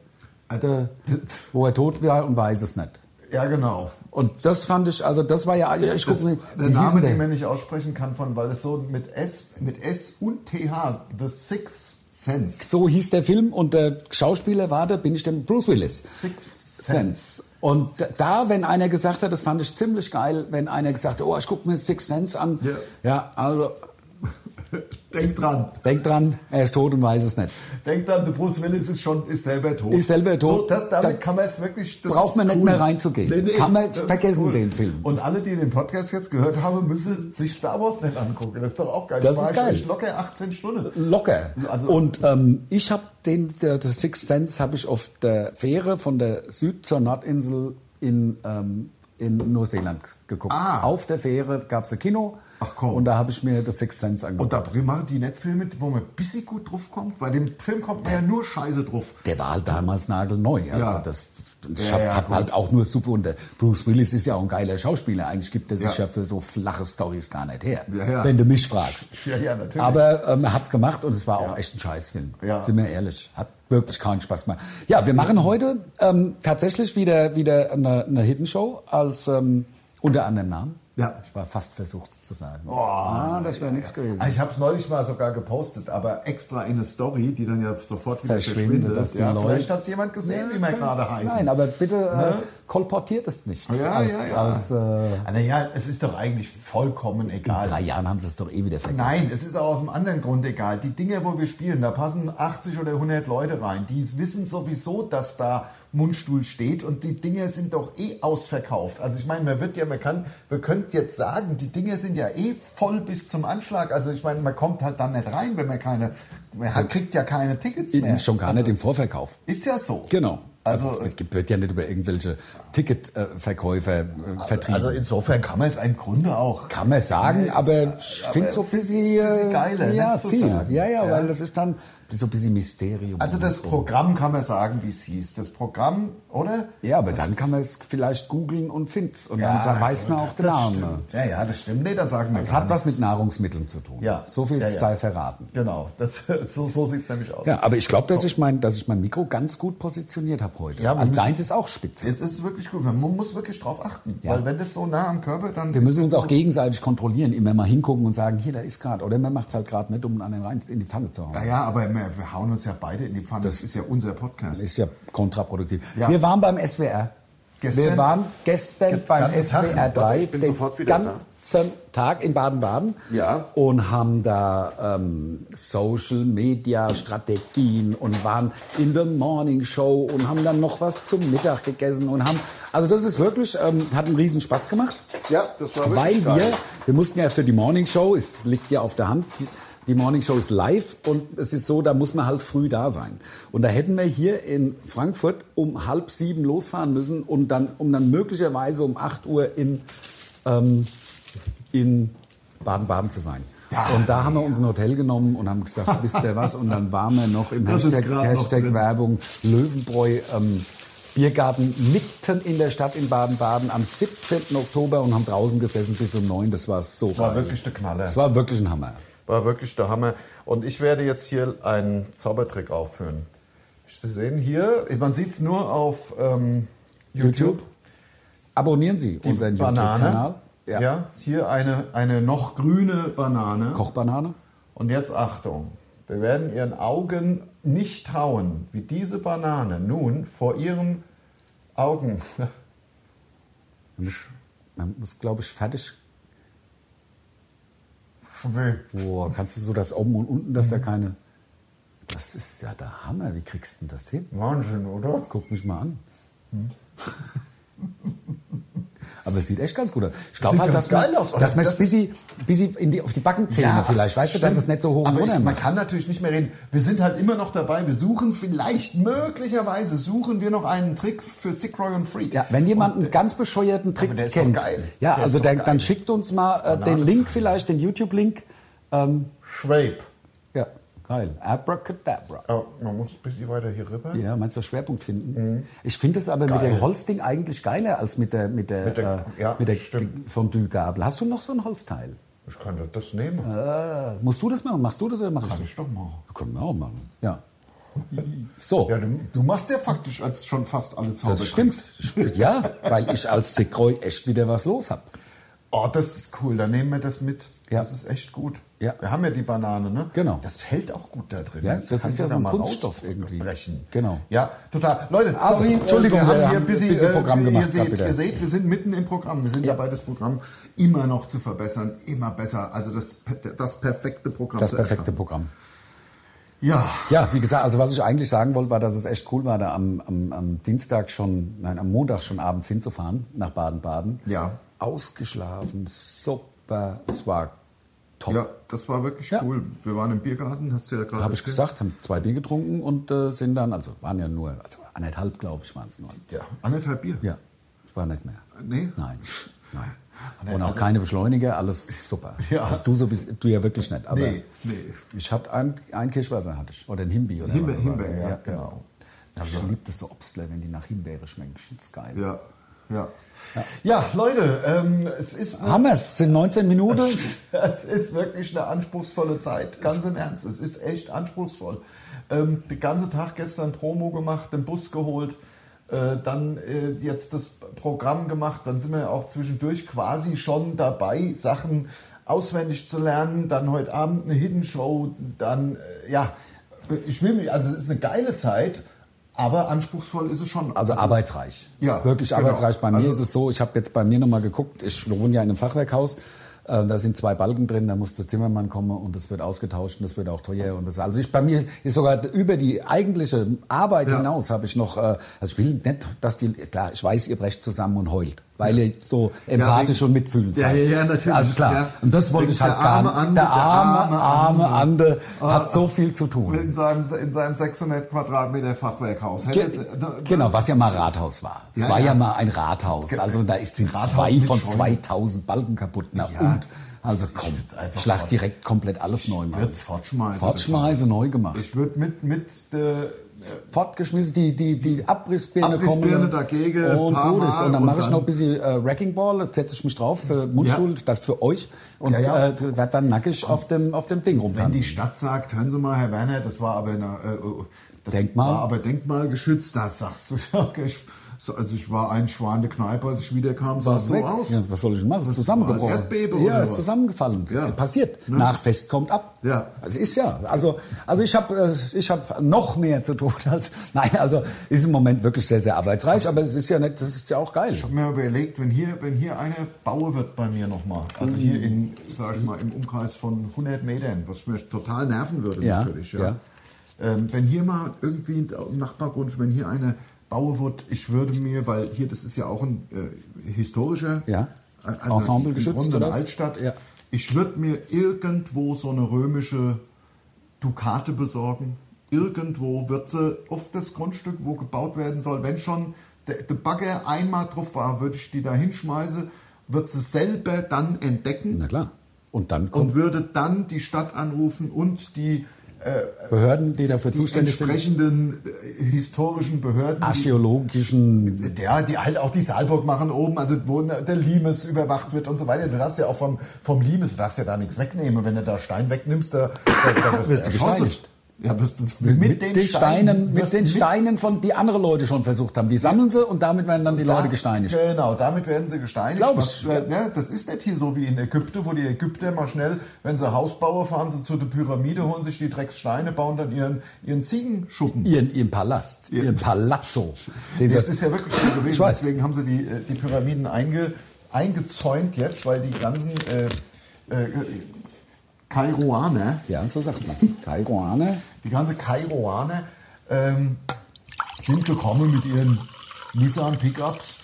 [SPEAKER 4] Äh,
[SPEAKER 3] Der,
[SPEAKER 4] d-
[SPEAKER 3] wo er tot war und weiß es nicht.
[SPEAKER 4] Ja, genau.
[SPEAKER 3] Und das fand ich, also das war ja, ich guck
[SPEAKER 4] Das,
[SPEAKER 3] mir,
[SPEAKER 4] der
[SPEAKER 3] wie hieß
[SPEAKER 4] Name,
[SPEAKER 3] denn
[SPEAKER 4] den man nicht aussprechen kann, von, weil es so mit S, mit S und TH, The Sixth Sense.
[SPEAKER 3] so hieß der Film und der Schauspieler war der, bin ich denn Bruce Willis.
[SPEAKER 4] Sixth
[SPEAKER 3] Sense. Und da, wenn einer gesagt hat, das fand ich ziemlich geil, wenn einer gesagt hat, oh, ich gucke mir Six Sense an.
[SPEAKER 4] Ja.
[SPEAKER 3] ja, also
[SPEAKER 4] Denk dran,
[SPEAKER 3] denk dran, er ist tot und weiß es nicht.
[SPEAKER 4] denk dran, der Bruce Willis ist schon, ist selber tot.
[SPEAKER 3] Ist selber tot.
[SPEAKER 4] So, das, damit
[SPEAKER 3] Da
[SPEAKER 4] kann man es wirklich, das
[SPEAKER 3] braucht
[SPEAKER 4] ist
[SPEAKER 3] man nicht mehr reinzugehen. Kann man
[SPEAKER 4] das ist
[SPEAKER 3] vergessen, den Film.
[SPEAKER 4] Und alle, die den Podcast jetzt gehört haben, müssen sich Star Wars nicht angucken. Das ist doch auch geil.
[SPEAKER 3] Das
[SPEAKER 4] Spar
[SPEAKER 3] ist
[SPEAKER 4] ich
[SPEAKER 3] geil.
[SPEAKER 4] euch locker 18 Stunden.
[SPEAKER 3] Locker.
[SPEAKER 4] Also-
[SPEAKER 3] und ähm, ich habe den, der, der Six Sense habe ich auf der Fähre von der Süd- zur Nordinsel in, ähm, in Neuseeland geguckt.
[SPEAKER 4] Ah.
[SPEAKER 3] Auf der Fähre gab es ein Kino.
[SPEAKER 4] Ach komm.
[SPEAKER 3] Und da habe ich mir das Six Sense angeguckt.
[SPEAKER 4] Und da machen die nicht Filme, wo man ein bisschen gut drauf kommt, weil dem Film kommt man ja nur scheiße drauf.
[SPEAKER 3] Der war halt damals nagelneu. Also
[SPEAKER 4] Ja.
[SPEAKER 3] das, ich
[SPEAKER 4] Ja,
[SPEAKER 3] hab,
[SPEAKER 4] ja,
[SPEAKER 3] hab
[SPEAKER 4] gut.
[SPEAKER 3] halt auch nur super. Und der Bruce Willis ist ja auch ein geiler Schauspieler. Eigentlich gibt er sich ja.
[SPEAKER 4] Ja.
[SPEAKER 3] für so flache Stories gar nicht her,
[SPEAKER 4] Ja, ja.
[SPEAKER 3] wenn du mich fragst.
[SPEAKER 4] Ja, ja, natürlich.
[SPEAKER 3] Aber ähm, er hat's gemacht und es war auch echt ein Scheißfilm.
[SPEAKER 4] Ja.
[SPEAKER 3] Sind wir ehrlich, hat wirklich keinen Spaß gemacht. Ja, wir machen heute ähm, tatsächlich wieder wieder eine, eine Hidden Show als ähm, unter anderem Namen.
[SPEAKER 4] Ja.
[SPEAKER 3] Ich war fast versucht es zu sagen.
[SPEAKER 4] Oh,
[SPEAKER 3] ah, das wäre nichts gewesen.
[SPEAKER 4] Also Ich habe es neulich mal sogar gepostet, aber extra in eine Story, die dann ja sofort wieder
[SPEAKER 3] Verschwindet,
[SPEAKER 4] verschwindet.
[SPEAKER 3] dass die
[SPEAKER 4] Ja,
[SPEAKER 3] Leute-
[SPEAKER 4] vielleicht hat es jemand gesehen, wie man
[SPEAKER 3] könnte
[SPEAKER 4] gerade heißt.
[SPEAKER 3] Nein, aber bitte, äh, kolportiert es nicht.
[SPEAKER 4] Ja, ja, ja.
[SPEAKER 3] Als, äh,
[SPEAKER 2] Ah, naja, es ist doch eigentlich vollkommen egal.
[SPEAKER 3] in drei Jahren haben sie es doch eh wieder vergessen.
[SPEAKER 2] Nein, es ist auch aus einem anderen Grund egal. Die Dinge, wo wir spielen, da passen 80 oder 100 Leute rein. Die wissen sowieso, dass da Mundstuhl steht und die Dinge sind doch eh ausverkauft. Also ich meine, man wird ja, man kann, wir könnt jetzt sagen, die Dinge sind ja eh voll bis zum Anschlag. Also ich meine, man kommt halt dann nicht rein, wenn man keine, man hat- kriegt ja keine Tickets mehr.
[SPEAKER 3] In, schon gar nicht im Vorverkauf.
[SPEAKER 2] Ist ja so.
[SPEAKER 3] Genau.
[SPEAKER 2] Also-
[SPEAKER 3] Also, es gibt, wird ja nicht über irgendwelche Ticketverkäufer äh, vertrieben.
[SPEAKER 2] Also insofern kann man es im Grunde auch.
[SPEAKER 3] Kann man sagen, aber ich finde so ein bisschen,
[SPEAKER 2] ist ein bisschen geiler,
[SPEAKER 3] ja,
[SPEAKER 2] nicht zu
[SPEAKER 3] viel.
[SPEAKER 2] sagen.
[SPEAKER 3] Ja, ja,
[SPEAKER 2] Ja.
[SPEAKER 3] weil das ist dann so ein bisschen Mysterium.
[SPEAKER 2] Also das Programm kann man sagen, wie es hieß. Das Programm, oder?
[SPEAKER 3] ja, aber
[SPEAKER 2] das,
[SPEAKER 3] dann kann man es vielleicht googeln und findet und
[SPEAKER 2] Ja,
[SPEAKER 3] dann weiß man auch den
[SPEAKER 2] das
[SPEAKER 3] Namen.
[SPEAKER 2] Stimmt. Ja, ja, das stimmt. Nee, dann sagen wir
[SPEAKER 3] Es
[SPEAKER 2] gar
[SPEAKER 3] hat was
[SPEAKER 2] nichts.
[SPEAKER 3] mit Nahrungsmitteln zu tun.
[SPEAKER 2] Ja.
[SPEAKER 3] So viel
[SPEAKER 2] Ja, ja.
[SPEAKER 3] sei verraten.
[SPEAKER 2] Genau, das, so, so sieht es nämlich aus.
[SPEAKER 3] Ja, aber ich glaube, dass ich mein, dass ich mein Mikro ganz gut positioniert habe heute.
[SPEAKER 2] Ja, wir
[SPEAKER 3] also
[SPEAKER 2] müssen-
[SPEAKER 3] deins ist auch spitze.
[SPEAKER 2] Jetzt ist es wirklich gut. Man muss wirklich drauf achten.
[SPEAKER 3] Ja.
[SPEAKER 2] Weil wenn das so nah am Körper, dann.
[SPEAKER 3] Wir müssen uns
[SPEAKER 2] so,
[SPEAKER 3] auch gegenseitig kontrollieren, immer mal hingucken und sagen, hier, da ist gerade. Oder man macht es halt gerade nicht, um einen rein in die Pfanne zu hauen.
[SPEAKER 2] Naja, aber wir, wir hauen uns ja beide in die Pfanne. Das, ist ja unser Podcast.
[SPEAKER 3] Das ist ja kontraproduktiv.
[SPEAKER 2] Ja.
[SPEAKER 3] Wir waren beim SWR.
[SPEAKER 2] Gestern?
[SPEAKER 3] Wir waren gestern
[SPEAKER 2] Den
[SPEAKER 3] beim
[SPEAKER 2] ganzen Tag.
[SPEAKER 3] SWR 3.
[SPEAKER 4] Warte, ich bin
[SPEAKER 3] den
[SPEAKER 4] sofort wieder da.
[SPEAKER 3] ganzen Tag in Baden-Baden.
[SPEAKER 4] Ja.
[SPEAKER 3] Und haben da ähm, Social Media Strategien und waren in der Morning Show und haben dann noch was zum Mittag gegessen und haben. Also das ist wirklich, ähm, hat einen riesen Spaß gemacht.
[SPEAKER 4] Ja, das war
[SPEAKER 3] Weil
[SPEAKER 4] wirklich
[SPEAKER 3] wir,
[SPEAKER 4] geil.
[SPEAKER 3] wir mussten ja für die Morning Show, es liegt ja auf der Hand, die- die Morning Show ist live und es ist so, da muss man halt früh da sein. Und da hätten wir hier in Frankfurt um halb sieben losfahren müssen, um dann, um dann möglicherweise um acht Uhr in, ähm, in Baden-Baden zu sein. und da haben wir uns ein Hotel genommen und haben gesagt, wisst ihr was? Und dann waren wir noch im
[SPEAKER 4] Das ist
[SPEAKER 3] Hashtag,
[SPEAKER 4] grad noch
[SPEAKER 3] Hashtag
[SPEAKER 4] drin.
[SPEAKER 3] Werbung Löwenbräu ähm, Biergarten mitten in der Stadt in Baden-Baden am 17. Oktober und haben draußen gesessen bis um neun. Das war so
[SPEAKER 2] war
[SPEAKER 3] geil.
[SPEAKER 2] wirklich der Knaller.
[SPEAKER 3] Das war wirklich ein Hammer.
[SPEAKER 2] War wirklich der Hammer. Und ich werde jetzt hier einen Zaubertrick aufführen. Sie sehen hier, man sieht es nur auf ähm, YouTube.
[SPEAKER 3] YouTube. Abonnieren Sie unseren
[SPEAKER 2] Banane.
[SPEAKER 3] YouTube-Kanal.
[SPEAKER 2] Ja. hier eine, eine noch grüne Banane.
[SPEAKER 3] Kochbanane.
[SPEAKER 2] Und jetzt Achtung. Wir werden ihren Augen nicht trauen, wie diese Banane nun vor ihren Augen.
[SPEAKER 3] Man muss- Man muss, glaube ich, fertig. Boah, kannst du so das oben und unten,
[SPEAKER 2] Mhm.
[SPEAKER 3] dass da keine. Das ist ja der Hammer. Wie kriegst du denn das hin?
[SPEAKER 2] Wahnsinn, oder?
[SPEAKER 3] Guck mich mal an.
[SPEAKER 2] Mhm.
[SPEAKER 3] Aber es sieht echt ganz gut aus. Ich glaube
[SPEAKER 2] Sieht
[SPEAKER 3] halt,
[SPEAKER 2] ganz
[SPEAKER 3] dass man,
[SPEAKER 2] geil aus, oder?
[SPEAKER 3] dass man es
[SPEAKER 2] Das-
[SPEAKER 3] busy, busy in die, auf die Backenzähne vielleicht, weißt du, dass
[SPEAKER 2] stimmt.
[SPEAKER 3] es nicht so hoch und
[SPEAKER 2] Aber ich,
[SPEAKER 3] runter
[SPEAKER 2] man
[SPEAKER 3] macht.
[SPEAKER 2] kann natürlich nicht mehr reden. Wir sind halt immer noch dabei. Wir suchen vielleicht, möglicherweise suchen wir noch einen Trick für Sick Roy und Freed.
[SPEAKER 3] Ja, wenn jemand einen ganz bescheuerten Trick
[SPEAKER 2] aber der ist doch
[SPEAKER 3] kennt,
[SPEAKER 2] geil.
[SPEAKER 3] ja,
[SPEAKER 2] Der ist
[SPEAKER 3] also
[SPEAKER 2] doch
[SPEAKER 3] dann,
[SPEAKER 2] geil.
[SPEAKER 3] dann schickt uns mal äh, den Link vielleicht, den YouTube-Link. Ähm,
[SPEAKER 2] Schwabe.
[SPEAKER 3] ja, geil. Abracadabra.
[SPEAKER 2] Aber Oh, man muss ein bisschen weiter hier rüber.
[SPEAKER 3] Ja, meinst du Schwerpunkt finden?
[SPEAKER 2] Mhm.
[SPEAKER 3] Ich finde es aber mit dem Holzding eigentlich geiler als mit der, mit der,
[SPEAKER 2] Mit der-
[SPEAKER 3] äh,
[SPEAKER 2] ja,
[SPEAKER 3] mit der
[SPEAKER 2] stimmt.
[SPEAKER 3] Fondue-Gabel. Hast du noch so ein Holzteil?
[SPEAKER 2] Ich könnte das nehmen.
[SPEAKER 3] Äh, musst du das machen? Machst du das oder mach ich das?
[SPEAKER 2] Ich doch mal.
[SPEAKER 3] Können wir auch machen. Ja. So,
[SPEAKER 2] Ja, du, du machst ja faktisch als schon fast alle Zaubertricks.
[SPEAKER 3] das stimmt. Ja, weil ich als Zickroy echt wieder was los habe.
[SPEAKER 2] Oh, das ist cool. Dann nehmen wir das mit.
[SPEAKER 3] Ja.
[SPEAKER 2] Das ist echt gut.
[SPEAKER 3] Ja.
[SPEAKER 2] Wir haben ja die Banane, ne?
[SPEAKER 3] Genau.
[SPEAKER 2] Das fällt auch gut da drin.
[SPEAKER 3] Ja, das
[SPEAKER 2] kann
[SPEAKER 3] ist ja so
[SPEAKER 2] man da
[SPEAKER 3] ein
[SPEAKER 2] mal
[SPEAKER 3] Kunststoff irgendwie.
[SPEAKER 2] Brechen.
[SPEAKER 3] Genau.
[SPEAKER 2] Ja, total. Leute,
[SPEAKER 3] Also,
[SPEAKER 2] sorry, äh,
[SPEAKER 3] Entschuldigung,
[SPEAKER 2] wir haben
[SPEAKER 3] wir
[SPEAKER 2] hier
[SPEAKER 3] haben
[SPEAKER 2] ein bisschen,
[SPEAKER 3] ein bisschen
[SPEAKER 2] äh,
[SPEAKER 3] Programm gemacht
[SPEAKER 2] Ihr
[SPEAKER 3] grad
[SPEAKER 2] seht,
[SPEAKER 3] wieder.
[SPEAKER 2] ihr seht, wir sind mitten im Programm. Wir sind dabei, das Programm immer noch zu verbessern. Immer besser. Also das, das perfekte Programm.
[SPEAKER 3] Das
[SPEAKER 2] zu
[SPEAKER 3] perfekte
[SPEAKER 2] erschaffen.
[SPEAKER 3] Programm.
[SPEAKER 2] Ja.
[SPEAKER 3] Ja, wie gesagt, also was ich eigentlich sagen wollte, war, dass es echt cool war, da am, am, am Dienstag schon, nein, am Montag schon abends hinzufahren nach Baden-Baden.
[SPEAKER 2] Ja.
[SPEAKER 3] Ausgeschlafen, super, es war top.
[SPEAKER 2] Ja, das war wirklich
[SPEAKER 3] Ja.
[SPEAKER 2] cool. Wir waren im Biergarten, hast du ja gerade
[SPEAKER 3] Habe ich
[SPEAKER 2] erzählt.
[SPEAKER 3] gesagt, haben zwei Bier getrunken und äh, sind dann, also waren ja nur, also anderthalb, glaube ich, waren es nur.
[SPEAKER 2] Ja, anderthalb Bier.
[SPEAKER 3] Ja, es war nicht mehr.
[SPEAKER 2] Nee?
[SPEAKER 3] Nein, nein. Und auch keine Beschleuniger, alles super.
[SPEAKER 2] also- Ja.
[SPEAKER 3] Hast du so du ja wirklich nicht, aber
[SPEAKER 2] Nee, nee.
[SPEAKER 3] ich hatte ein, ein Kirschwasser hatte ich oder ein Himbi oder
[SPEAKER 2] Himbe-
[SPEAKER 3] was
[SPEAKER 2] Himbeer,
[SPEAKER 3] war.
[SPEAKER 2] ja,
[SPEAKER 3] ja,
[SPEAKER 2] genau.
[SPEAKER 3] genau. Da hab ich liebt das so Obstler, wenn die nach Himbeere schmecken, ist geil.
[SPEAKER 2] Ja, ja. Ja, Leute, ähm, es ist eine
[SPEAKER 3] Haben wir's? Sind 19 Minuten?
[SPEAKER 2] Das ist wirklich eine anspruchsvolle Zeit, ganz im Ernst. Es ist echt anspruchsvoll. Ähm, den ganzen Tag gestern Promo gemacht, den Bus geholt, äh, dann äh, jetzt das Programm gemacht. Dann sind wir auch zwischendurch quasi schon dabei, Sachen auswendig zu lernen. Dann heute Abend eine Hidden Show. Dann, äh, ja, ich will mich, also es ist eine geile Zeit. Aber anspruchsvoll ist es schon.
[SPEAKER 3] Also arbeitsreich.
[SPEAKER 2] Ja,
[SPEAKER 3] Wirklich
[SPEAKER 2] genau.
[SPEAKER 3] arbeitsreich. Bei mir
[SPEAKER 2] Also-
[SPEAKER 3] ist es so, ich habe jetzt bei mir nochmal geguckt, ich wohne ja in einem Fachwerkhaus, äh, da sind zwei Balken drin, da muss der Zimmermann kommen und das wird ausgetauscht und das wird auch teuer. Und das, also ich, bei mir ist sogar über die eigentliche Arbeit
[SPEAKER 2] Ja.
[SPEAKER 3] hinaus habe ich noch, äh, also ich will nicht, dass die, klar, ich weiß, ihr brecht zusammen und heult, weil ihr so empathisch
[SPEAKER 2] wegen-
[SPEAKER 3] und mitfühlend
[SPEAKER 2] Ja,
[SPEAKER 3] seid.
[SPEAKER 2] ja, ja, natürlich,
[SPEAKER 3] Also klar,
[SPEAKER 2] ja.
[SPEAKER 3] und das wollte
[SPEAKER 2] Wegen
[SPEAKER 3] ich halt
[SPEAKER 2] der
[SPEAKER 3] gar
[SPEAKER 2] arme
[SPEAKER 3] nicht.
[SPEAKER 2] Ande,
[SPEAKER 3] der
[SPEAKER 2] der
[SPEAKER 3] arme,
[SPEAKER 2] arme
[SPEAKER 3] arme Ande
[SPEAKER 2] Ah.
[SPEAKER 3] hat so viel zu tun.
[SPEAKER 2] in seinem, in seinem 600 Quadratmeter Fachwerkhaus.
[SPEAKER 3] Ge
[SPEAKER 2] Hätte- Äh, da-
[SPEAKER 3] genau, was ja mal Rathaus war. Es
[SPEAKER 2] Ja,
[SPEAKER 3] war ja.
[SPEAKER 2] ja.
[SPEAKER 3] mal ein Rathaus. Also da ist sind
[SPEAKER 2] Rathaus
[SPEAKER 3] zwei
[SPEAKER 2] mit
[SPEAKER 3] von
[SPEAKER 2] Scheune.
[SPEAKER 3] 2000 Balken kaputt. Na
[SPEAKER 2] Ja.
[SPEAKER 3] und? Also komm,
[SPEAKER 2] würd's einfach
[SPEAKER 3] ich lass
[SPEAKER 2] fort-
[SPEAKER 3] direkt komplett alles neu machen.
[SPEAKER 2] würd's fortschmeißen.
[SPEAKER 3] Fortschmeißen, neu gemacht.
[SPEAKER 2] Ich würde mit, mit äh, der
[SPEAKER 3] Fortgeschmissen, die, die, die Abrissbirne,
[SPEAKER 2] Abrissbirne
[SPEAKER 3] kommen.
[SPEAKER 2] dagegen,
[SPEAKER 3] Und
[SPEAKER 2] paar
[SPEAKER 3] gut ist.
[SPEAKER 2] Mal
[SPEAKER 3] Und dann
[SPEAKER 2] und
[SPEAKER 3] mache ich
[SPEAKER 2] dann-
[SPEAKER 3] noch ein bisschen äh, Wrecking Ball, setze ich mich drauf für Mundschul, das für euch. Und
[SPEAKER 2] Ja, ja.
[SPEAKER 3] äh, werde dann nackig auf dem, auf dem Ding
[SPEAKER 2] Wenn die
[SPEAKER 3] rumtanzen.
[SPEAKER 2] Stadt sagt, hören Sie mal, Herr Werner, das war aber, eine, äh, äh, das
[SPEAKER 3] Denkmal?
[SPEAKER 2] War aber denkmalgeschützt, da sagst du, okay, ich, so, also ich war ein Schwan der Kneipe, als ich wiederkam, sah es so
[SPEAKER 3] Weg.
[SPEAKER 2] aus.
[SPEAKER 3] Ja, was soll ich denn machen? Es ist
[SPEAKER 2] Das war
[SPEAKER 3] zusammengebrochen.
[SPEAKER 2] ein Erdbeben
[SPEAKER 3] ja,
[SPEAKER 2] oder
[SPEAKER 3] ist
[SPEAKER 2] was?
[SPEAKER 3] zusammengefallen.
[SPEAKER 2] Ja.
[SPEAKER 3] Passiert.
[SPEAKER 2] Ne?
[SPEAKER 3] Nachfest kommt ab.
[SPEAKER 2] Ja.
[SPEAKER 3] Also ist ja. Also, also ich habe ich hab noch mehr zu tun als. Nein, also ist im Moment wirklich sehr, sehr arbeitsreich, aber es ist ja nicht, das ist ja auch geil.
[SPEAKER 2] Ich habe mir überlegt, wenn hier, wenn hier eine Baue wird bei mir nochmal, also hier in, sag ich mal, im Umkreis von 100 Metern, was mir total nerven würde
[SPEAKER 3] Ja,
[SPEAKER 2] natürlich, ja.
[SPEAKER 3] ja.
[SPEAKER 2] Ähm, wenn hier mal irgendwie im Nachbargrund, wenn hier eine Baue wird, ich würde mir, weil hier, das ist ja auch ein äh, historischer
[SPEAKER 3] Ja.
[SPEAKER 2] äh, eine-
[SPEAKER 3] Ensemble
[SPEAKER 2] im
[SPEAKER 3] geschützt,
[SPEAKER 2] Grunde
[SPEAKER 3] oder
[SPEAKER 2] Eine
[SPEAKER 3] was?
[SPEAKER 2] Altstadt.
[SPEAKER 3] Ja.
[SPEAKER 2] Ich würde mir irgendwo so eine römische Dukate besorgen. Irgendwo wird sie auf das Grundstück, wo gebaut werden soll, wenn schon der der Bagger einmal drauf war, würde ich die da hinschmeißen, wird sie selber dann entdecken
[SPEAKER 3] Na klar. Und dann kommen
[SPEAKER 2] und würde dann die Stadt anrufen und die,
[SPEAKER 3] Behörden, die dafür
[SPEAKER 2] die
[SPEAKER 3] zuständig sind. Ah,
[SPEAKER 2] entsprechenden äh, historischen Behörden, die-
[SPEAKER 3] Archäologischen.
[SPEAKER 2] Ja, die halt auch die Saalburg machen oben, also wo der Limes überwacht wird und so weiter. Du darfst ja auch vom, vom Limes, du darfst ja da nichts wegnehmen. Wenn du da Stein wegnimmst, da, da,
[SPEAKER 3] Wirst
[SPEAKER 2] da
[SPEAKER 3] du
[SPEAKER 2] erschossen.
[SPEAKER 3] gesteinigt.
[SPEAKER 2] Ja, wirst du mit, den, Steinen,
[SPEAKER 3] mit
[SPEAKER 2] wirst
[SPEAKER 3] den
[SPEAKER 2] mit-
[SPEAKER 3] Steinen, von die andere Leute schon versucht haben. Die sammeln sie und damit werden dann die Leute gesteinigt.
[SPEAKER 2] Genau, damit werden sie gesteinigt.
[SPEAKER 3] Glaub
[SPEAKER 2] Was-
[SPEAKER 3] ich.
[SPEAKER 2] äh, ne, das ist nicht hier so wie in Ägypten, wo die Ägypter mal schnell, wenn sie Haus bauen, fahren sie zu der Pyramide, holen sich die Dreckssteine, bauen dann ihren, ihren Ziegenschuppen.
[SPEAKER 3] Ihren, ihren Palast,
[SPEAKER 2] Ihr-
[SPEAKER 3] ihren Palazzo. Den
[SPEAKER 2] das
[SPEAKER 3] sie-
[SPEAKER 2] ist ja wirklich so gewesen.
[SPEAKER 3] Ich weiß.
[SPEAKER 2] Deswegen haben sie die, äh, die Pyramiden einge, eingezäunt jetzt, weil die ganzen äh, äh, Kairoaner,
[SPEAKER 3] Ja, so sagt man. Taiwane.
[SPEAKER 2] die ganze Kairoaner ähm, sind gekommen mit ihren Nissan Pickups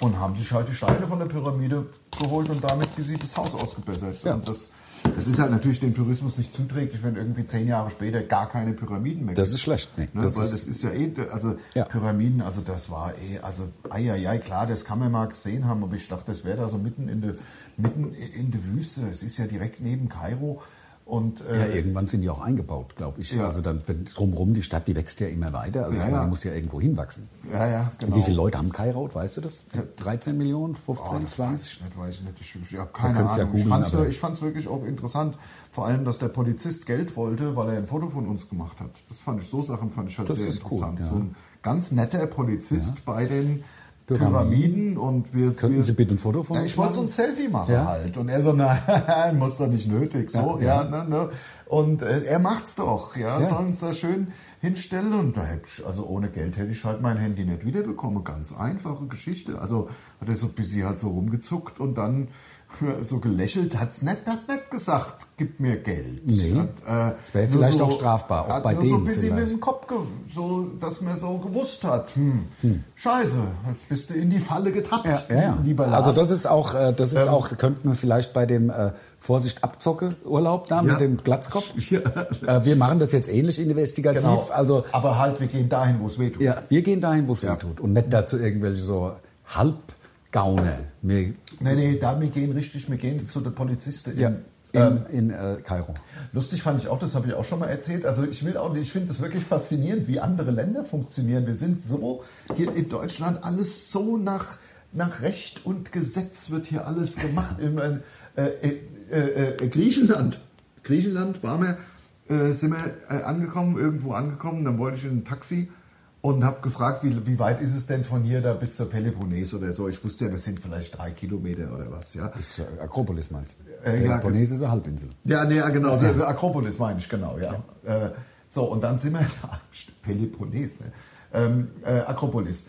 [SPEAKER 2] und haben sich halt die Steine von der Pyramide geholt und damit gesiedeltes Haus ausgebessert.
[SPEAKER 3] Ja.
[SPEAKER 2] Und das, das ist halt natürlich dem Tourismus nicht zuträglich, wenn irgendwie zehn Jahre später gar keine Pyramiden mehr
[SPEAKER 3] Das
[SPEAKER 2] gibt.
[SPEAKER 3] ist schlecht, nee.
[SPEAKER 2] Ne,
[SPEAKER 3] Das
[SPEAKER 2] weil
[SPEAKER 3] ist-
[SPEAKER 2] das ist ja eh, also
[SPEAKER 3] Ja.
[SPEAKER 2] Pyramiden, also das war eh, also ja ja klar, das kann man mal gesehen haben, aber ich dachte, das wäre da so mitten in der mitten in der Wüste. Es ist ja direkt neben Kairo und
[SPEAKER 3] Ja,
[SPEAKER 2] äh,
[SPEAKER 3] irgendwann sind die auch eingebaut, glaube ich.
[SPEAKER 2] Ja.
[SPEAKER 3] Also dann wenn drumherum, die Stadt, die wächst ja immer weiter. Also
[SPEAKER 2] Ja,
[SPEAKER 3] ich meine,
[SPEAKER 2] ja.
[SPEAKER 3] die muss ja irgendwo hinwachsen.
[SPEAKER 2] ja, ja, genau.
[SPEAKER 3] Wie viele Leute haben Kairaut, weißt du das? 13 Millionen, 15,
[SPEAKER 2] Oh, das
[SPEAKER 3] 20?
[SPEAKER 2] weiß ich nicht, weiß ich nicht. Ich, ich habe keine
[SPEAKER 3] könnt's
[SPEAKER 2] Ahnung.
[SPEAKER 3] ja
[SPEAKER 2] ich
[SPEAKER 3] googeln,
[SPEAKER 2] fand's
[SPEAKER 3] aber-
[SPEAKER 2] nur- ich fand es wirklich auch interessant. Vor allem, dass der Polizist Geld wollte, weil er ein Foto von uns gemacht hat. Das fand ich, so Sachen fand ich halt
[SPEAKER 3] Das
[SPEAKER 2] sehr
[SPEAKER 3] ist cool,
[SPEAKER 2] interessant.
[SPEAKER 3] ja.
[SPEAKER 2] So ein ganz netter Polizist bei den
[SPEAKER 3] Pyramiden.
[SPEAKER 2] Pyramiden und wir.
[SPEAKER 3] Könnten
[SPEAKER 2] wir,
[SPEAKER 3] Sie bitte ein Foto von
[SPEAKER 2] ja,
[SPEAKER 3] uns
[SPEAKER 2] Ich wollte so ein
[SPEAKER 3] machen?
[SPEAKER 2] Selfie machen
[SPEAKER 3] Ja.
[SPEAKER 2] halt. Und er so, nein, muss doch nicht nötig. So, ja, ne, ne. Und äh, er macht's doch, ja.
[SPEAKER 3] Ja.
[SPEAKER 2] Sollen uns da schön hinstellen. Und da hätte ich, also ohne Geld hätte ich halt mein Handy nicht wiederbekommen. Ganz einfache Geschichte. Also hat er so ein bisschen halt so rumgezuckt und dann so gelächelt, hat's nicht, hat nicht gesagt, gib mir Geld.
[SPEAKER 3] Nee.
[SPEAKER 2] Hat, äh,
[SPEAKER 3] Das wäre
[SPEAKER 2] nur
[SPEAKER 3] vielleicht auch strafbar, auch
[SPEAKER 2] hat
[SPEAKER 3] bei
[SPEAKER 2] nur so ein
[SPEAKER 3] denen
[SPEAKER 2] bisschen
[SPEAKER 3] vielleicht.
[SPEAKER 2] mit dem Kopf, ge so, dass man so gewusst hat, hm, scheiße, jetzt bist du in die Falle getappt, lieber Lars. Ähm.
[SPEAKER 3] Also das ist auch, äh, das ist auch, könnten wir vielleicht bei dem äh, Vorsicht Abzocke Urlaub da
[SPEAKER 2] Ja.
[SPEAKER 3] mit dem Glatzkopf.
[SPEAKER 2] Ja.
[SPEAKER 3] Äh, wir machen das jetzt ähnlich investigativ.
[SPEAKER 2] Genau.
[SPEAKER 3] Also
[SPEAKER 2] aber halt, wir gehen dahin, wo es weh tut.
[SPEAKER 3] ja, wir gehen dahin, wo es
[SPEAKER 2] Ja.
[SPEAKER 3] weh tut und nicht dazu irgendwelche so Halbgauner. Wir-
[SPEAKER 2] Nee, nee, da wir gehen richtig, wir gehen zu den Polizisten. in-
[SPEAKER 3] Ja,
[SPEAKER 2] Ähm,
[SPEAKER 3] in, in äh, Kairo.
[SPEAKER 2] lustig fand ich auch, das habe ich auch schon mal erzählt. Also ich will auch, ich finde es wirklich faszinierend, wie andere Länder funktionieren. Wir sind so hier in Deutschland alles so nach nach Recht und Gesetz wird hier alles gemacht. Im, äh, äh, äh, äh, Griechenland, Griechenland war mir, äh, sind wir äh, angekommen, irgendwo angekommen. Dann wollte ich in ein Taxi und habe gefragt, wie, wie weit ist es denn von hier da bis zur Peloponnes oder so. Ich wusste ja, das sind vielleicht drei Kilometer oder was, ja.
[SPEAKER 3] Das ist ja Akropolis meinst du?
[SPEAKER 2] Äh, ja,
[SPEAKER 3] Peloponnes ist eine Halbinsel.
[SPEAKER 2] Ja, nee, ja, genau, die Akropolis meine ich, genau, ja. Äh, so, und dann sind wir, Peloponnes, ne? ähm, äh, Akropolis.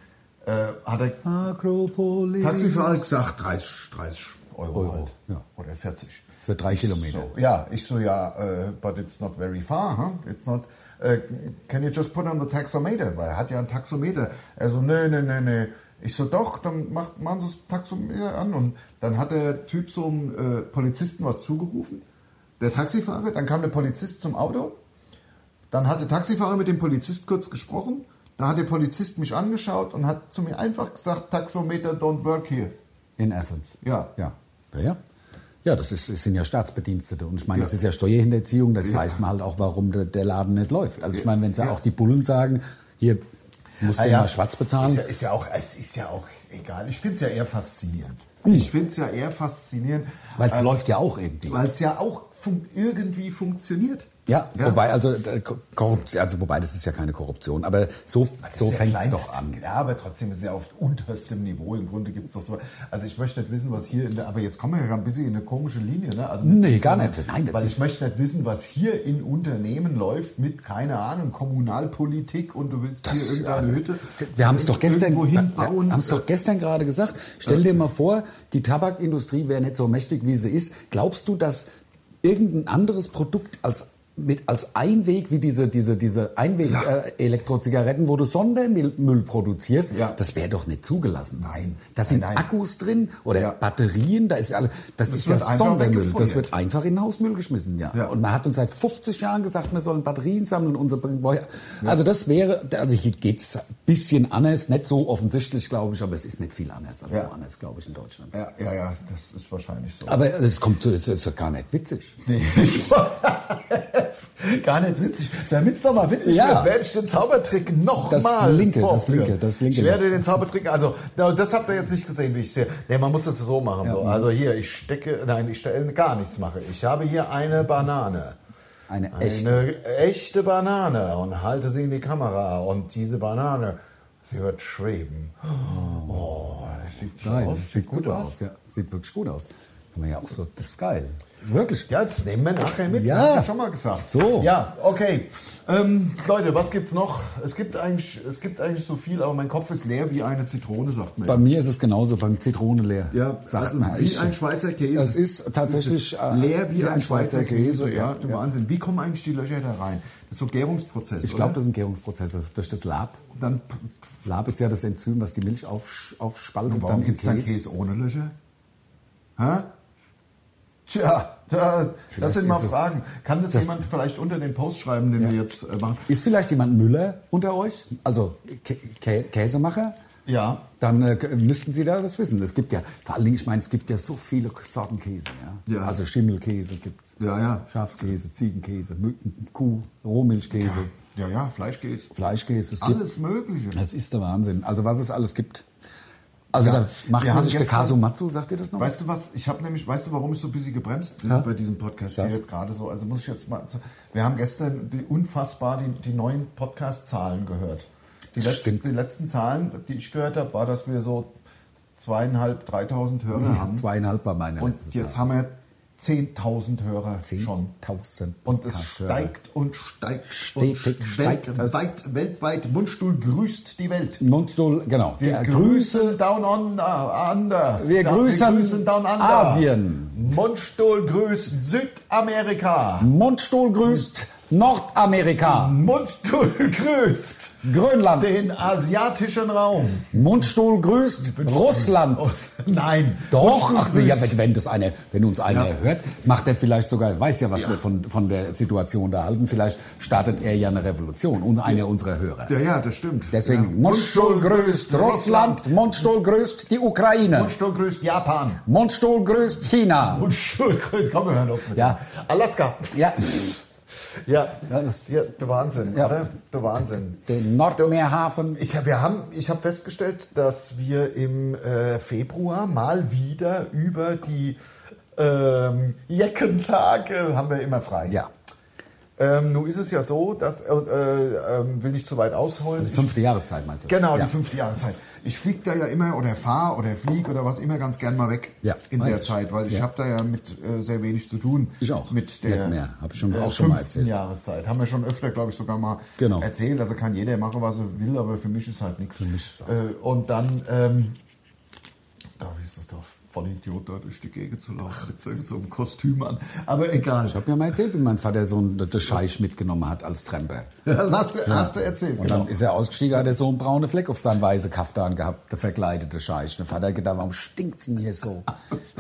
[SPEAKER 2] Äh, hat er
[SPEAKER 3] Akropolis.
[SPEAKER 2] Taxifahrer gesagt, 30, 30 Euro,
[SPEAKER 3] Euro,
[SPEAKER 2] halt.
[SPEAKER 3] ja.
[SPEAKER 2] Oder 40.
[SPEAKER 3] Für drei
[SPEAKER 2] ich
[SPEAKER 3] Kilometer.
[SPEAKER 2] So, ja, ich so, ja, äh, but it's not very far, huh? It's not, äh, can you just put on the taxometer? Weil er hat ja einen Taxometer. Er so, nee, nee, nee, nee. Ich so, doch, dann macht, machen Sie das Taxometer an. Und dann hat der Typ so einem äh, Polizisten was zugerufen. Der Taxifahrer, dann kam der Polizist zum Auto. Dann hat der Taxifahrer mit dem Polizist kurz gesprochen. Da hat der Polizist mich angeschaut und hat zu mir einfach gesagt, Taxometer don't work here.
[SPEAKER 3] In Athens.
[SPEAKER 2] Ja.
[SPEAKER 3] Ja. Ja, ja. Ja, das, ist, das sind ja Staatsbedienstete. Und ich meine,
[SPEAKER 2] Ja.
[SPEAKER 3] das ist ja Steuerhinterziehung, das weiß man halt auch, warum der, der Laden nicht läuft. Also ich meine, wenn sie auch die Bullen sagen, hier musst du
[SPEAKER 2] Ah ja.
[SPEAKER 3] mal schwarz bezahlen.
[SPEAKER 2] Ist ja, ist ja auch, es ist ja auch egal. Ich finde es ja eher faszinierend. Ich finde es ja eher faszinierend,
[SPEAKER 3] weil es läuft ja auch irgendwie.
[SPEAKER 2] Ah. weil es ja auch fun irgendwie funktioniert.
[SPEAKER 3] Ja, wobei, also, äh, Ko- Korruption, also wobei, das ist ja keine Korruption, aber so,
[SPEAKER 2] Das
[SPEAKER 3] so
[SPEAKER 2] ist ja
[SPEAKER 3] fängt es
[SPEAKER 2] kleinst-
[SPEAKER 3] doch an.
[SPEAKER 2] Ja, aber trotzdem ist es ja auf unterstem Niveau. Im Grunde gibt es doch so. Also ich möchte nicht wissen, was hier in der. Aber jetzt kommen wir ja ein bisschen in eine komische Linie, ne? Also mit-
[SPEAKER 3] Nee, gar nicht. Nein, das
[SPEAKER 2] weil
[SPEAKER 3] ist-
[SPEAKER 2] ich möchte nicht wissen, was hier in Unternehmen läuft mit, keine Ahnung, Kommunalpolitik und du willst hier irgendeine Hütte.
[SPEAKER 3] Wir haben es doch gestern,
[SPEAKER 2] irgendwo
[SPEAKER 3] wir
[SPEAKER 2] hinbauen.
[SPEAKER 3] haben's doch gestern gerade gesagt. Stell dir mal vor, die Tabakindustrie wäre nicht so mächtig, wie sie ist. Glaubst du, dass irgendein anderes Produkt als mit als Einweg wie diese diese diese Einweg äh, Elektrozigaretten, wo du Sondermüll Müll produzierst,
[SPEAKER 2] Ja.
[SPEAKER 3] das wäre doch nicht zugelassen.
[SPEAKER 2] Nein.
[SPEAKER 3] da sind
[SPEAKER 2] Nein, nein.
[SPEAKER 3] Akkus drin oder
[SPEAKER 2] Ja.
[SPEAKER 3] Batterien, da ist ja alles. Das, ist ja
[SPEAKER 2] wird einfach
[SPEAKER 3] Sondermüll. Das
[SPEAKER 2] weggefeuert.
[SPEAKER 3] wird einfach in den Hausmüll geschmissen, ja.
[SPEAKER 2] Ja.
[SPEAKER 3] Und man hat uns seit 50 Jahren gesagt, wir sollen Batterien sammeln und so. Also das wäre, also hier geht's ein bisschen anders, nicht so offensichtlich, glaube ich, aber es ist nicht viel anders als
[SPEAKER 2] Ja.
[SPEAKER 3] woanders, glaube ich, in Deutschland.
[SPEAKER 2] Ja, ja, ja, das ist wahrscheinlich so.
[SPEAKER 3] Aber es kommt, es ist doch gar nicht witzig.
[SPEAKER 2] Nee, das war gar nicht witzig. Damit es doch mal witzig
[SPEAKER 3] Ja.
[SPEAKER 2] wird, werde ich den Zaubertrick
[SPEAKER 3] Das
[SPEAKER 2] nochmal
[SPEAKER 3] linke, das
[SPEAKER 2] vorführen.
[SPEAKER 3] linke, das linke.
[SPEAKER 2] Ich werde den Zaubertrick, also na, das habt ihr jetzt nicht gesehen, wie ich sehe. Nee, man muss das so machen. So. Also hier, ich stecke, nein, ich stelle gar nichts mache. Ich habe hier eine Banane.
[SPEAKER 3] Eine echte.
[SPEAKER 2] Eine echte Banane und halte sie in die Kamera und diese Banane, sie wird schweben. Oh, das sieht, schon
[SPEAKER 3] Nein,
[SPEAKER 2] aus.
[SPEAKER 3] das sieht gut aus. Ja, sieht wirklich gut aus. Kann man ja auch so, das ist geil. Wirklich.
[SPEAKER 2] Ja, das nehmen wir nachher mit.
[SPEAKER 3] Ja.
[SPEAKER 2] Hab ich schon mal gesagt.
[SPEAKER 3] So.
[SPEAKER 2] Ja, okay. Ähm, Leute, was gibt's noch? Es gibt eigentlich, es gibt eigentlich so viel, aber mein Kopf ist leer wie eine Zitrone, sagt man.
[SPEAKER 3] Bei mir ist es genauso, beim Zitrone leer.
[SPEAKER 2] ja,
[SPEAKER 3] Sagt
[SPEAKER 2] also
[SPEAKER 3] man,
[SPEAKER 2] wie
[SPEAKER 3] ich-
[SPEAKER 2] ein Schweizer Käse.
[SPEAKER 3] Es ist tatsächlich äh,
[SPEAKER 2] leer wie, ein Schweizer, Käse. Ja, der Wahnsinn. Wie kommen eigentlich die Löcher da rein? Das ist so ein Gärungsprozess.
[SPEAKER 3] Ich glaube,
[SPEAKER 2] oder?
[SPEAKER 3] das sind Gärungsprozesse durch das Lab.
[SPEAKER 2] dann
[SPEAKER 3] Lab ist ja das Enzym, was die Milch aufsch- aufspaltet.
[SPEAKER 2] warum
[SPEAKER 3] dann in
[SPEAKER 2] gibt's da
[SPEAKER 3] Käse.
[SPEAKER 2] Käse ohne Löcher? Hä? Tja, da, das
[SPEAKER 3] Vielleicht
[SPEAKER 2] sind mal
[SPEAKER 3] ist es-
[SPEAKER 2] Fragen. Kann das,
[SPEAKER 3] das-
[SPEAKER 2] jemand vielleicht unter den Post schreiben, den wir jetzt äh, machen?
[SPEAKER 3] Ist vielleicht jemand Müller unter euch? Also Kä Kä Käsemacher?
[SPEAKER 2] Ja.
[SPEAKER 3] Dann äh, k- müssten Sie da das wissen. Es gibt ja, vor allen Dingen, ich meine, es gibt ja so viele Sorten Käse. Ja?
[SPEAKER 2] Ja.
[SPEAKER 3] Also Schimmelkäse gibt's,
[SPEAKER 2] Ja, ja.
[SPEAKER 3] Schafskäse, Ziegenkäse, Mü- Kuh, Rohmilchkäse,
[SPEAKER 2] Ja, ja, Fleischkäse.
[SPEAKER 3] Fleischkäse. Es gibt-
[SPEAKER 2] Alles Mögliche.
[SPEAKER 3] Das ist der Wahnsinn. Also was es alles gibt. Also
[SPEAKER 2] Ja.
[SPEAKER 3] da macht
[SPEAKER 2] Wir
[SPEAKER 3] man
[SPEAKER 2] haben
[SPEAKER 3] sich der
[SPEAKER 2] gestern-
[SPEAKER 3] Kasumatsu, sagt ihr das noch?
[SPEAKER 2] Weißt du was? Ich habe nämlich, weißt du, warum ich so ein bisschen gebremst bin
[SPEAKER 3] Ja?
[SPEAKER 2] bei diesem Podcast
[SPEAKER 3] Was?
[SPEAKER 2] hier jetzt gerade so? Also muss ich jetzt mal. zu- Wir haben gestern die, unfassbar die, die neuen Podcast-Zahlen gehört. Die
[SPEAKER 3] Das
[SPEAKER 2] letzten,
[SPEAKER 3] stimmt.
[SPEAKER 2] die letzten Zahlen, die ich gehört habe, war, dass wir so zweieinhalb, dreitausend Hörer haben.
[SPEAKER 3] Zweieinhalb bei meiner
[SPEAKER 2] Und
[SPEAKER 3] letzten
[SPEAKER 2] jetzt
[SPEAKER 3] Zahl.
[SPEAKER 2] haben wir zehntausend Hörer schon.
[SPEAKER 3] 10.000
[SPEAKER 2] Und es
[SPEAKER 3] Podcast-Hörer.
[SPEAKER 2] steigt und steigt und
[SPEAKER 3] Stetig steigt es.
[SPEAKER 2] weltweit, weltweit. Mundstuhl grüßt die Welt.
[SPEAKER 3] Mundstuhl, genau.
[SPEAKER 2] Wir
[SPEAKER 3] Der
[SPEAKER 2] grüßen Down Under. under.
[SPEAKER 3] Wir grüßen
[SPEAKER 2] Down Under.
[SPEAKER 3] Asien.
[SPEAKER 2] Mundstuhl grüßt Südamerika.
[SPEAKER 3] Mundstuhl grüßt Nordamerika,
[SPEAKER 2] Mundstuhl grüßt
[SPEAKER 3] Grönland.
[SPEAKER 2] den asiatischen Raum.
[SPEAKER 3] Mundstuhl grüßt Russland.
[SPEAKER 2] Oh, nein.
[SPEAKER 3] Doch,
[SPEAKER 2] Mundstuhl
[SPEAKER 3] ach, ja,
[SPEAKER 2] grüßt-
[SPEAKER 3] wenn- wenn, das eine, wenn uns einer
[SPEAKER 2] Ja.
[SPEAKER 3] hört, macht er vielleicht sogar, weiß ja, was wir von, von der Situation da halten, vielleicht startet er ja eine Revolution und einer unserer Hörer.
[SPEAKER 2] ja, ja, das stimmt.
[SPEAKER 3] Deswegen,
[SPEAKER 2] ja.
[SPEAKER 3] Mundstuhl grüßt Russland, Mundstuhl grüßt die Ukraine,
[SPEAKER 2] Mundstuhl grüßt Japan.
[SPEAKER 3] Mundstuhl grüßt China.
[SPEAKER 2] Mundstuhl grüßt, komm, wir hören auf. mit
[SPEAKER 3] Ja.
[SPEAKER 2] dem. Alaska.
[SPEAKER 3] Ja,
[SPEAKER 2] Ja,
[SPEAKER 3] Ja, das-
[SPEAKER 2] ja der Wahnsinn,
[SPEAKER 3] Ja.
[SPEAKER 2] oder? Der Wahnsinn.
[SPEAKER 3] den Nordmeerhafen.
[SPEAKER 2] Ich hab, wir haben, ich habe festgestellt, dass wir im äh, Februar mal wieder über die ähm, Jeckentage haben wir immer frei.
[SPEAKER 3] Ja.
[SPEAKER 2] Ähm, nun ist es ja so, dass, äh, äh, ähm, will nicht zu weit ausholen.
[SPEAKER 3] Also fünfte Jahreszeit meinst du?
[SPEAKER 2] Genau,
[SPEAKER 3] ja.
[SPEAKER 2] die fünfte Jahreszeit. Ich fliege da ja immer oder fahre oder fliege oder was immer ganz gern mal weg
[SPEAKER 3] Ja,
[SPEAKER 2] in der
[SPEAKER 3] weiß ich.
[SPEAKER 2] Zeit, weil ich
[SPEAKER 3] Ja.
[SPEAKER 2] habe da ja mit äh, sehr wenig zu tun.
[SPEAKER 3] Ich auch.
[SPEAKER 2] Mit der
[SPEAKER 3] Nicht mehr. Hab ich schon-
[SPEAKER 2] äh,
[SPEAKER 3] auch schon mal
[SPEAKER 2] fünften
[SPEAKER 3] erzählt.
[SPEAKER 2] Jahreszeit. Haben wir schon öfter, glaube ich, sogar mal
[SPEAKER 3] Genau.
[SPEAKER 2] erzählt. Also kann jeder machen, was er will, aber für mich ist halt nichts. Äh, und dann, ähm, da ist doch der Vollidiot da durch die Gegend zu laufen mit irgend so einem Kostüm an. Aber egal.
[SPEAKER 3] Ich habe ja mal erzählt, wie mein Vater so einen den Scheich mitgenommen hat als Tremper.
[SPEAKER 2] Das hast du, hast du erzählt, genau.
[SPEAKER 3] Und dann ist er ausgestiegen, hat er so einen braunen Fleck auf seinen weißen Kaftan gehabt, der verkleidete Scheich. Der Vater hat gedacht, warum stinkt's denn hier so?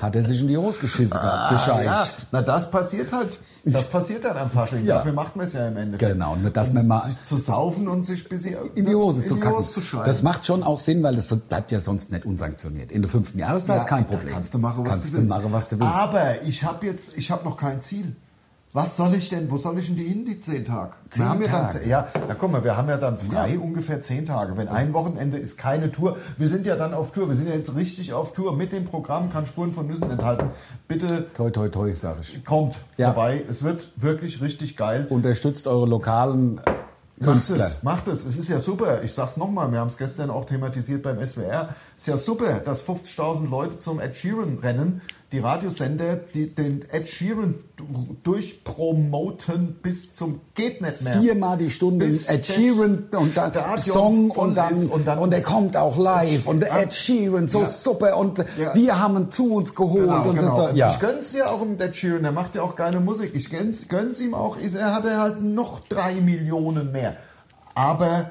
[SPEAKER 3] Hat er sich in die Hose geschissen gehabt, der Scheich.
[SPEAKER 2] Ah, Ja, na, das passiert halt. Das passiert dann am Fasching.
[SPEAKER 3] Ja.
[SPEAKER 2] Dafür macht man es ja im Endeffekt.
[SPEAKER 3] Genau, nur dass
[SPEAKER 2] um
[SPEAKER 3] man mal-
[SPEAKER 2] sich zu saufen und sich ein bisschen
[SPEAKER 3] In die Hose
[SPEAKER 2] in
[SPEAKER 3] zu
[SPEAKER 2] die
[SPEAKER 3] kacken.
[SPEAKER 2] Hose zu scheißen.
[SPEAKER 3] das macht schon auch Sinn, weil das so- bleibt ja sonst nicht unsanktioniert. In der fünften Jahreszeit ist kein
[SPEAKER 2] da
[SPEAKER 3] Problem.
[SPEAKER 2] Kannst du machen, was
[SPEAKER 3] Kannst
[SPEAKER 2] du willst.
[SPEAKER 3] machen, was du willst.
[SPEAKER 2] Aber ich habe jetzt, ich habe noch kein Ziel. Was soll ich denn, wo soll ich denn die hin, die zehn Tage?
[SPEAKER 3] Zehn
[SPEAKER 2] wir haben Ja,
[SPEAKER 3] Tage.
[SPEAKER 2] dann, ja, na guck mal, wir haben ja dann frei ungefähr zehn Tage. Wenn ein Wochenende ist keine Tour. Wir sind ja dann auf Tour. Wir sind ja jetzt richtig auf Tour mit dem Programm. Kann Spuren von Nüssen enthalten. Bitte
[SPEAKER 3] Toi, toi, toi, sag ich.
[SPEAKER 2] kommt
[SPEAKER 3] Ja.
[SPEAKER 2] vorbei. Es wird wirklich richtig geil.
[SPEAKER 3] Unterstützt eure lokalen
[SPEAKER 2] Macht
[SPEAKER 3] Künstler.
[SPEAKER 2] es, macht es. Es ist ja super. Ich sag's nochmal, wir haben es gestern auch thematisiert beim SWR. Ist ja super, dass 50.000 Leute zum Ed Sheeran rennen. Die Radiosender, die den Ed Sheeran du- durchpromoten bis zum geht nicht mehr.
[SPEAKER 3] Viermal die Stunde
[SPEAKER 2] Bis
[SPEAKER 3] Ed
[SPEAKER 2] das
[SPEAKER 3] Sheeran und dann
[SPEAKER 2] Stadion
[SPEAKER 3] Song
[SPEAKER 2] voll
[SPEAKER 3] und dann,
[SPEAKER 2] ist
[SPEAKER 3] und
[SPEAKER 2] und
[SPEAKER 3] dann
[SPEAKER 2] dann-
[SPEAKER 3] er kommt auch live und der
[SPEAKER 2] Ja.
[SPEAKER 3] Ed Sheeran so
[SPEAKER 2] Ja.
[SPEAKER 3] super und
[SPEAKER 2] Ja.
[SPEAKER 3] wir haben ihn zu uns geholt
[SPEAKER 2] Genau,
[SPEAKER 3] und
[SPEAKER 2] genau.
[SPEAKER 3] das so, ja.
[SPEAKER 2] Ich gönn's ja auch im Ed Sheeran, der macht ja auch geile Musik. Ich gönn's, gönn's ihm auch, Ist- er hat ja halt noch drei Millionen mehr. Aber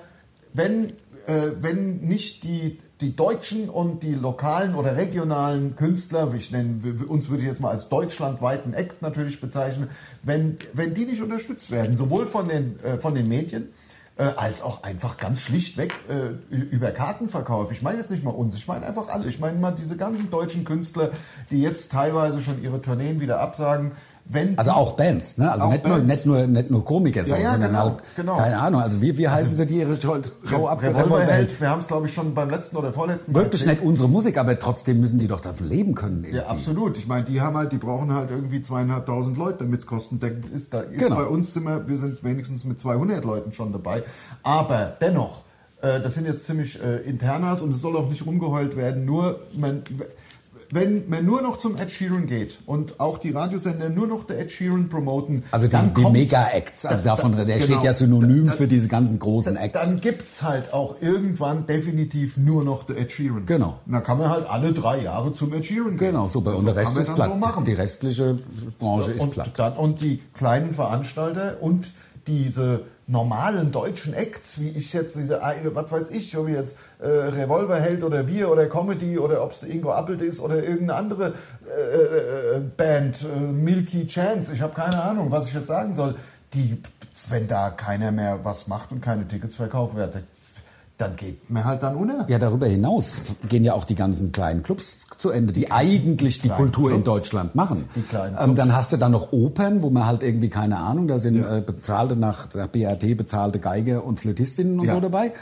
[SPEAKER 2] wenn, äh, wenn nicht die, die deutschen und die lokalen oder regionalen Künstler, ich nenne, uns würde ich jetzt mal als deutschlandweiten Act natürlich bezeichnen, wenn, wenn die nicht unterstützt werden, sowohl von den, äh, von den Medien, äh, als auch einfach ganz schlichtweg äh, über Kartenverkauf. Ich meine jetzt nicht mal uns, ich meine einfach alle. Ich meine mal diese ganzen deutschen Künstler, die jetzt teilweise schon ihre Tourneen wieder absagen. Wenn
[SPEAKER 3] Also
[SPEAKER 2] die-
[SPEAKER 3] auch Bands, ne? Also
[SPEAKER 2] Auch
[SPEAKER 3] nicht, Nur,
[SPEAKER 2] Bands.
[SPEAKER 3] nicht, nur, nicht nur Komiker,
[SPEAKER 2] Ja, ja,
[SPEAKER 3] sondern
[SPEAKER 2] genau,
[SPEAKER 3] halt,
[SPEAKER 2] genau.
[SPEAKER 3] keine Ahnung, also wie, wie heißen sie, die ihre Show Show
[SPEAKER 2] Re-
[SPEAKER 3] abgeräumt
[SPEAKER 2] Revolverheld, wir haben es glaube ich schon beim letzten oder vorletzten Mal
[SPEAKER 3] Wirklich
[SPEAKER 2] erzählt.
[SPEAKER 3] nicht unsere Musik, aber trotzdem müssen die doch davon leben können. Irgendwie.
[SPEAKER 2] Ja, absolut. Ich meine, die haben halt, die brauchen halt irgendwie zweieinhalbtausend Leute, damit es kostendeckend ist. Da ist
[SPEAKER 3] Genau.
[SPEAKER 2] bei uns sind wir, wir sind wenigstens mit 200 Leuten schon dabei. Aber dennoch, äh, das sind jetzt ziemlich äh, Internas und es soll auch nicht rumgeheult werden. Nur, man, wenn man nur noch zum Ed Sheeran geht und auch die Radiosender nur noch der Ed Sheeran promoten,
[SPEAKER 3] Also die,
[SPEAKER 2] dann
[SPEAKER 3] die
[SPEAKER 2] kommt-
[SPEAKER 3] Mega-Acts, also
[SPEAKER 2] Da-
[SPEAKER 3] davon,
[SPEAKER 2] da-
[SPEAKER 3] der
[SPEAKER 2] genau.
[SPEAKER 3] steht ja synonym
[SPEAKER 2] Da-
[SPEAKER 3] für diese ganzen großen Acts.
[SPEAKER 2] Dann gibt's halt auch irgendwann definitiv nur noch The Ed Sheeran.
[SPEAKER 3] Genau.
[SPEAKER 2] Und dann kann man halt alle drei Jahre zum Ed Sheeran gehen.
[SPEAKER 3] genau, super. Und der
[SPEAKER 2] kann
[SPEAKER 3] Rest
[SPEAKER 2] man
[SPEAKER 3] ist
[SPEAKER 2] dann
[SPEAKER 3] platt.
[SPEAKER 2] So machen.
[SPEAKER 3] Die restliche Branche Also ist
[SPEAKER 2] und,
[SPEAKER 3] platt.
[SPEAKER 2] Dann, und die kleinen Veranstalter und diese normalen deutschen Acts, wie ich jetzt diese, eine- was weiß ich, ob ich jetzt äh, Revolverheld oder wir oder Comedy oder ob es der Ingo Appelt ist oder irgendeine andere äh, äh, Band, äh, Milky Chance, ich habe keine Ahnung, was ich jetzt sagen soll. Die, wenn da keiner mehr was macht und keine Tickets verkauft werden, das- dann geht mir halt dann unter.
[SPEAKER 3] Ja, darüber hinaus gehen ja auch die ganzen kleinen Clubs zu Ende, die, eigentlich die
[SPEAKER 2] kleinen
[SPEAKER 3] Kultur in
[SPEAKER 2] Clubs.
[SPEAKER 3] Deutschland machen.
[SPEAKER 2] Die kleinen
[SPEAKER 3] ähm, dann
[SPEAKER 2] Clubs.
[SPEAKER 3] hast du dann noch Opern, wo man halt irgendwie keine Ahnung, da sind äh, bezahlte nach, nach BRT bezahlte Geiger und Flötistinnen und
[SPEAKER 2] Ja.
[SPEAKER 3] so dabei.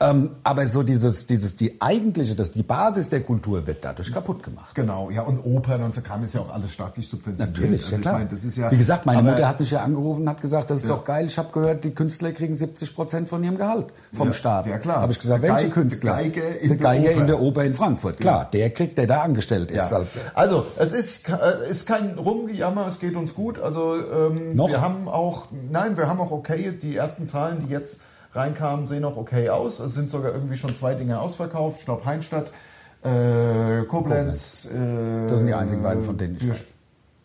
[SPEAKER 3] Ähm, aber so dieses, dieses die eigentliche, das die Basis der Kultur wird dadurch kaputt gemacht.
[SPEAKER 2] Genau, ja, und Opern und so kam ist ja auch alles staatlich subventioniert.
[SPEAKER 3] Natürlich,
[SPEAKER 2] also
[SPEAKER 3] ja
[SPEAKER 2] ich
[SPEAKER 3] klar.
[SPEAKER 2] meine, das ist ja,
[SPEAKER 3] Wie gesagt, meine
[SPEAKER 2] aber-
[SPEAKER 3] Mutter hat mich ja angerufen und hat gesagt, das ist
[SPEAKER 2] Ja.
[SPEAKER 3] doch geil. Ich habe gehört, die Künstler kriegen 70 Prozent von ihrem Gehalt vom
[SPEAKER 2] Ja,
[SPEAKER 3] Staat.
[SPEAKER 2] ja, klar.
[SPEAKER 3] Habe ich gesagt,
[SPEAKER 2] Der
[SPEAKER 3] welche
[SPEAKER 2] Geig-
[SPEAKER 3] Künstler?
[SPEAKER 2] der Geiger in
[SPEAKER 3] der
[SPEAKER 2] der
[SPEAKER 3] Geiger in
[SPEAKER 2] Oper.
[SPEAKER 3] der Oper in Frankfurt. Klar, der kriegt, der da angestellt ist.
[SPEAKER 2] Ja.
[SPEAKER 3] Also,
[SPEAKER 2] Also, es ist, ke- äh, ist kein Rumgejammer, es geht uns gut. Also, ähm,
[SPEAKER 3] Noch?
[SPEAKER 2] wir haben auch, nein, wir haben auch okay, die ersten Zahlen, die jetzt reinkamen, sehen auch okay aus. Es sind sogar irgendwie schon zwei Dinge ausverkauft. Ich glaube, Heinstadt, äh, Koblenz. Äh,
[SPEAKER 3] Das sind die einzigen beiden, von denen ich
[SPEAKER 2] wir-
[SPEAKER 3] weiß.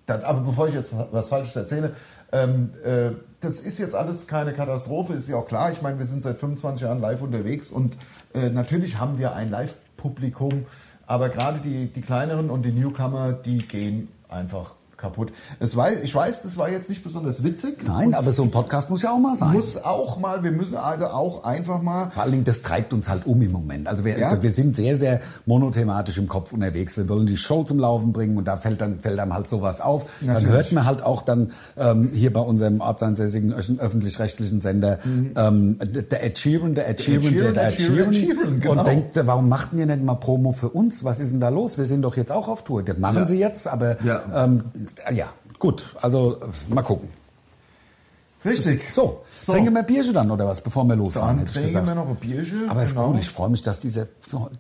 [SPEAKER 2] Dann, aber bevor ich jetzt was Falsches erzähle, ähm, äh, das ist jetzt alles keine Katastrophe, ist ja auch klar. Ich meine, wir sind seit 25 Jahren live unterwegs und äh, natürlich haben wir ein Live-Publikum, aber gerade die, die kleineren und die Newcomer, die gehen einfach kaputt. Es weiß, ich weiß, das war jetzt nicht besonders witzig.
[SPEAKER 3] nein, aber so ein Podcast muss ja auch mal sein.
[SPEAKER 2] Muss auch mal, wir müssen also auch einfach mal
[SPEAKER 3] Vor allen Dingen, das treibt uns halt um im Moment. Also wir,
[SPEAKER 2] Ja.
[SPEAKER 3] also wir sind sehr, sehr monothematisch im Kopf unterwegs. Wir wollen die Show zum Laufen bringen und da fällt dann fällt einem halt sowas auf. Dann
[SPEAKER 2] Natürlich.
[SPEAKER 3] hört man halt auch dann ähm, hier bei unserem ortsansässigen öf- öffentlich-rechtlichen Sender ähm, der Ed Sheeran, der Ed Sheeran, der
[SPEAKER 2] Mhm. Sheeran,
[SPEAKER 3] der Ed Sheeran,
[SPEAKER 2] Ed Sheeran, genau.
[SPEAKER 3] und denkt, warum machten ihr nicht mal Promo für uns? Was ist denn da los? Wir sind doch jetzt auch auf Tour. Das machen
[SPEAKER 2] Ja.
[SPEAKER 3] sie jetzt, aber
[SPEAKER 2] Ja.
[SPEAKER 3] Ähm, ja, gut. Also äh, mal gucken.
[SPEAKER 2] Richtig.
[SPEAKER 3] So, trinken wir Bierchen dann oder was, bevor wir losfahren?
[SPEAKER 2] Dann
[SPEAKER 3] hätte ich
[SPEAKER 2] trinken
[SPEAKER 3] gesagt.
[SPEAKER 2] wir noch ein Bierchen.
[SPEAKER 3] Aber es ist
[SPEAKER 2] Genau.
[SPEAKER 3] cool, ich freue mich, dass dieser,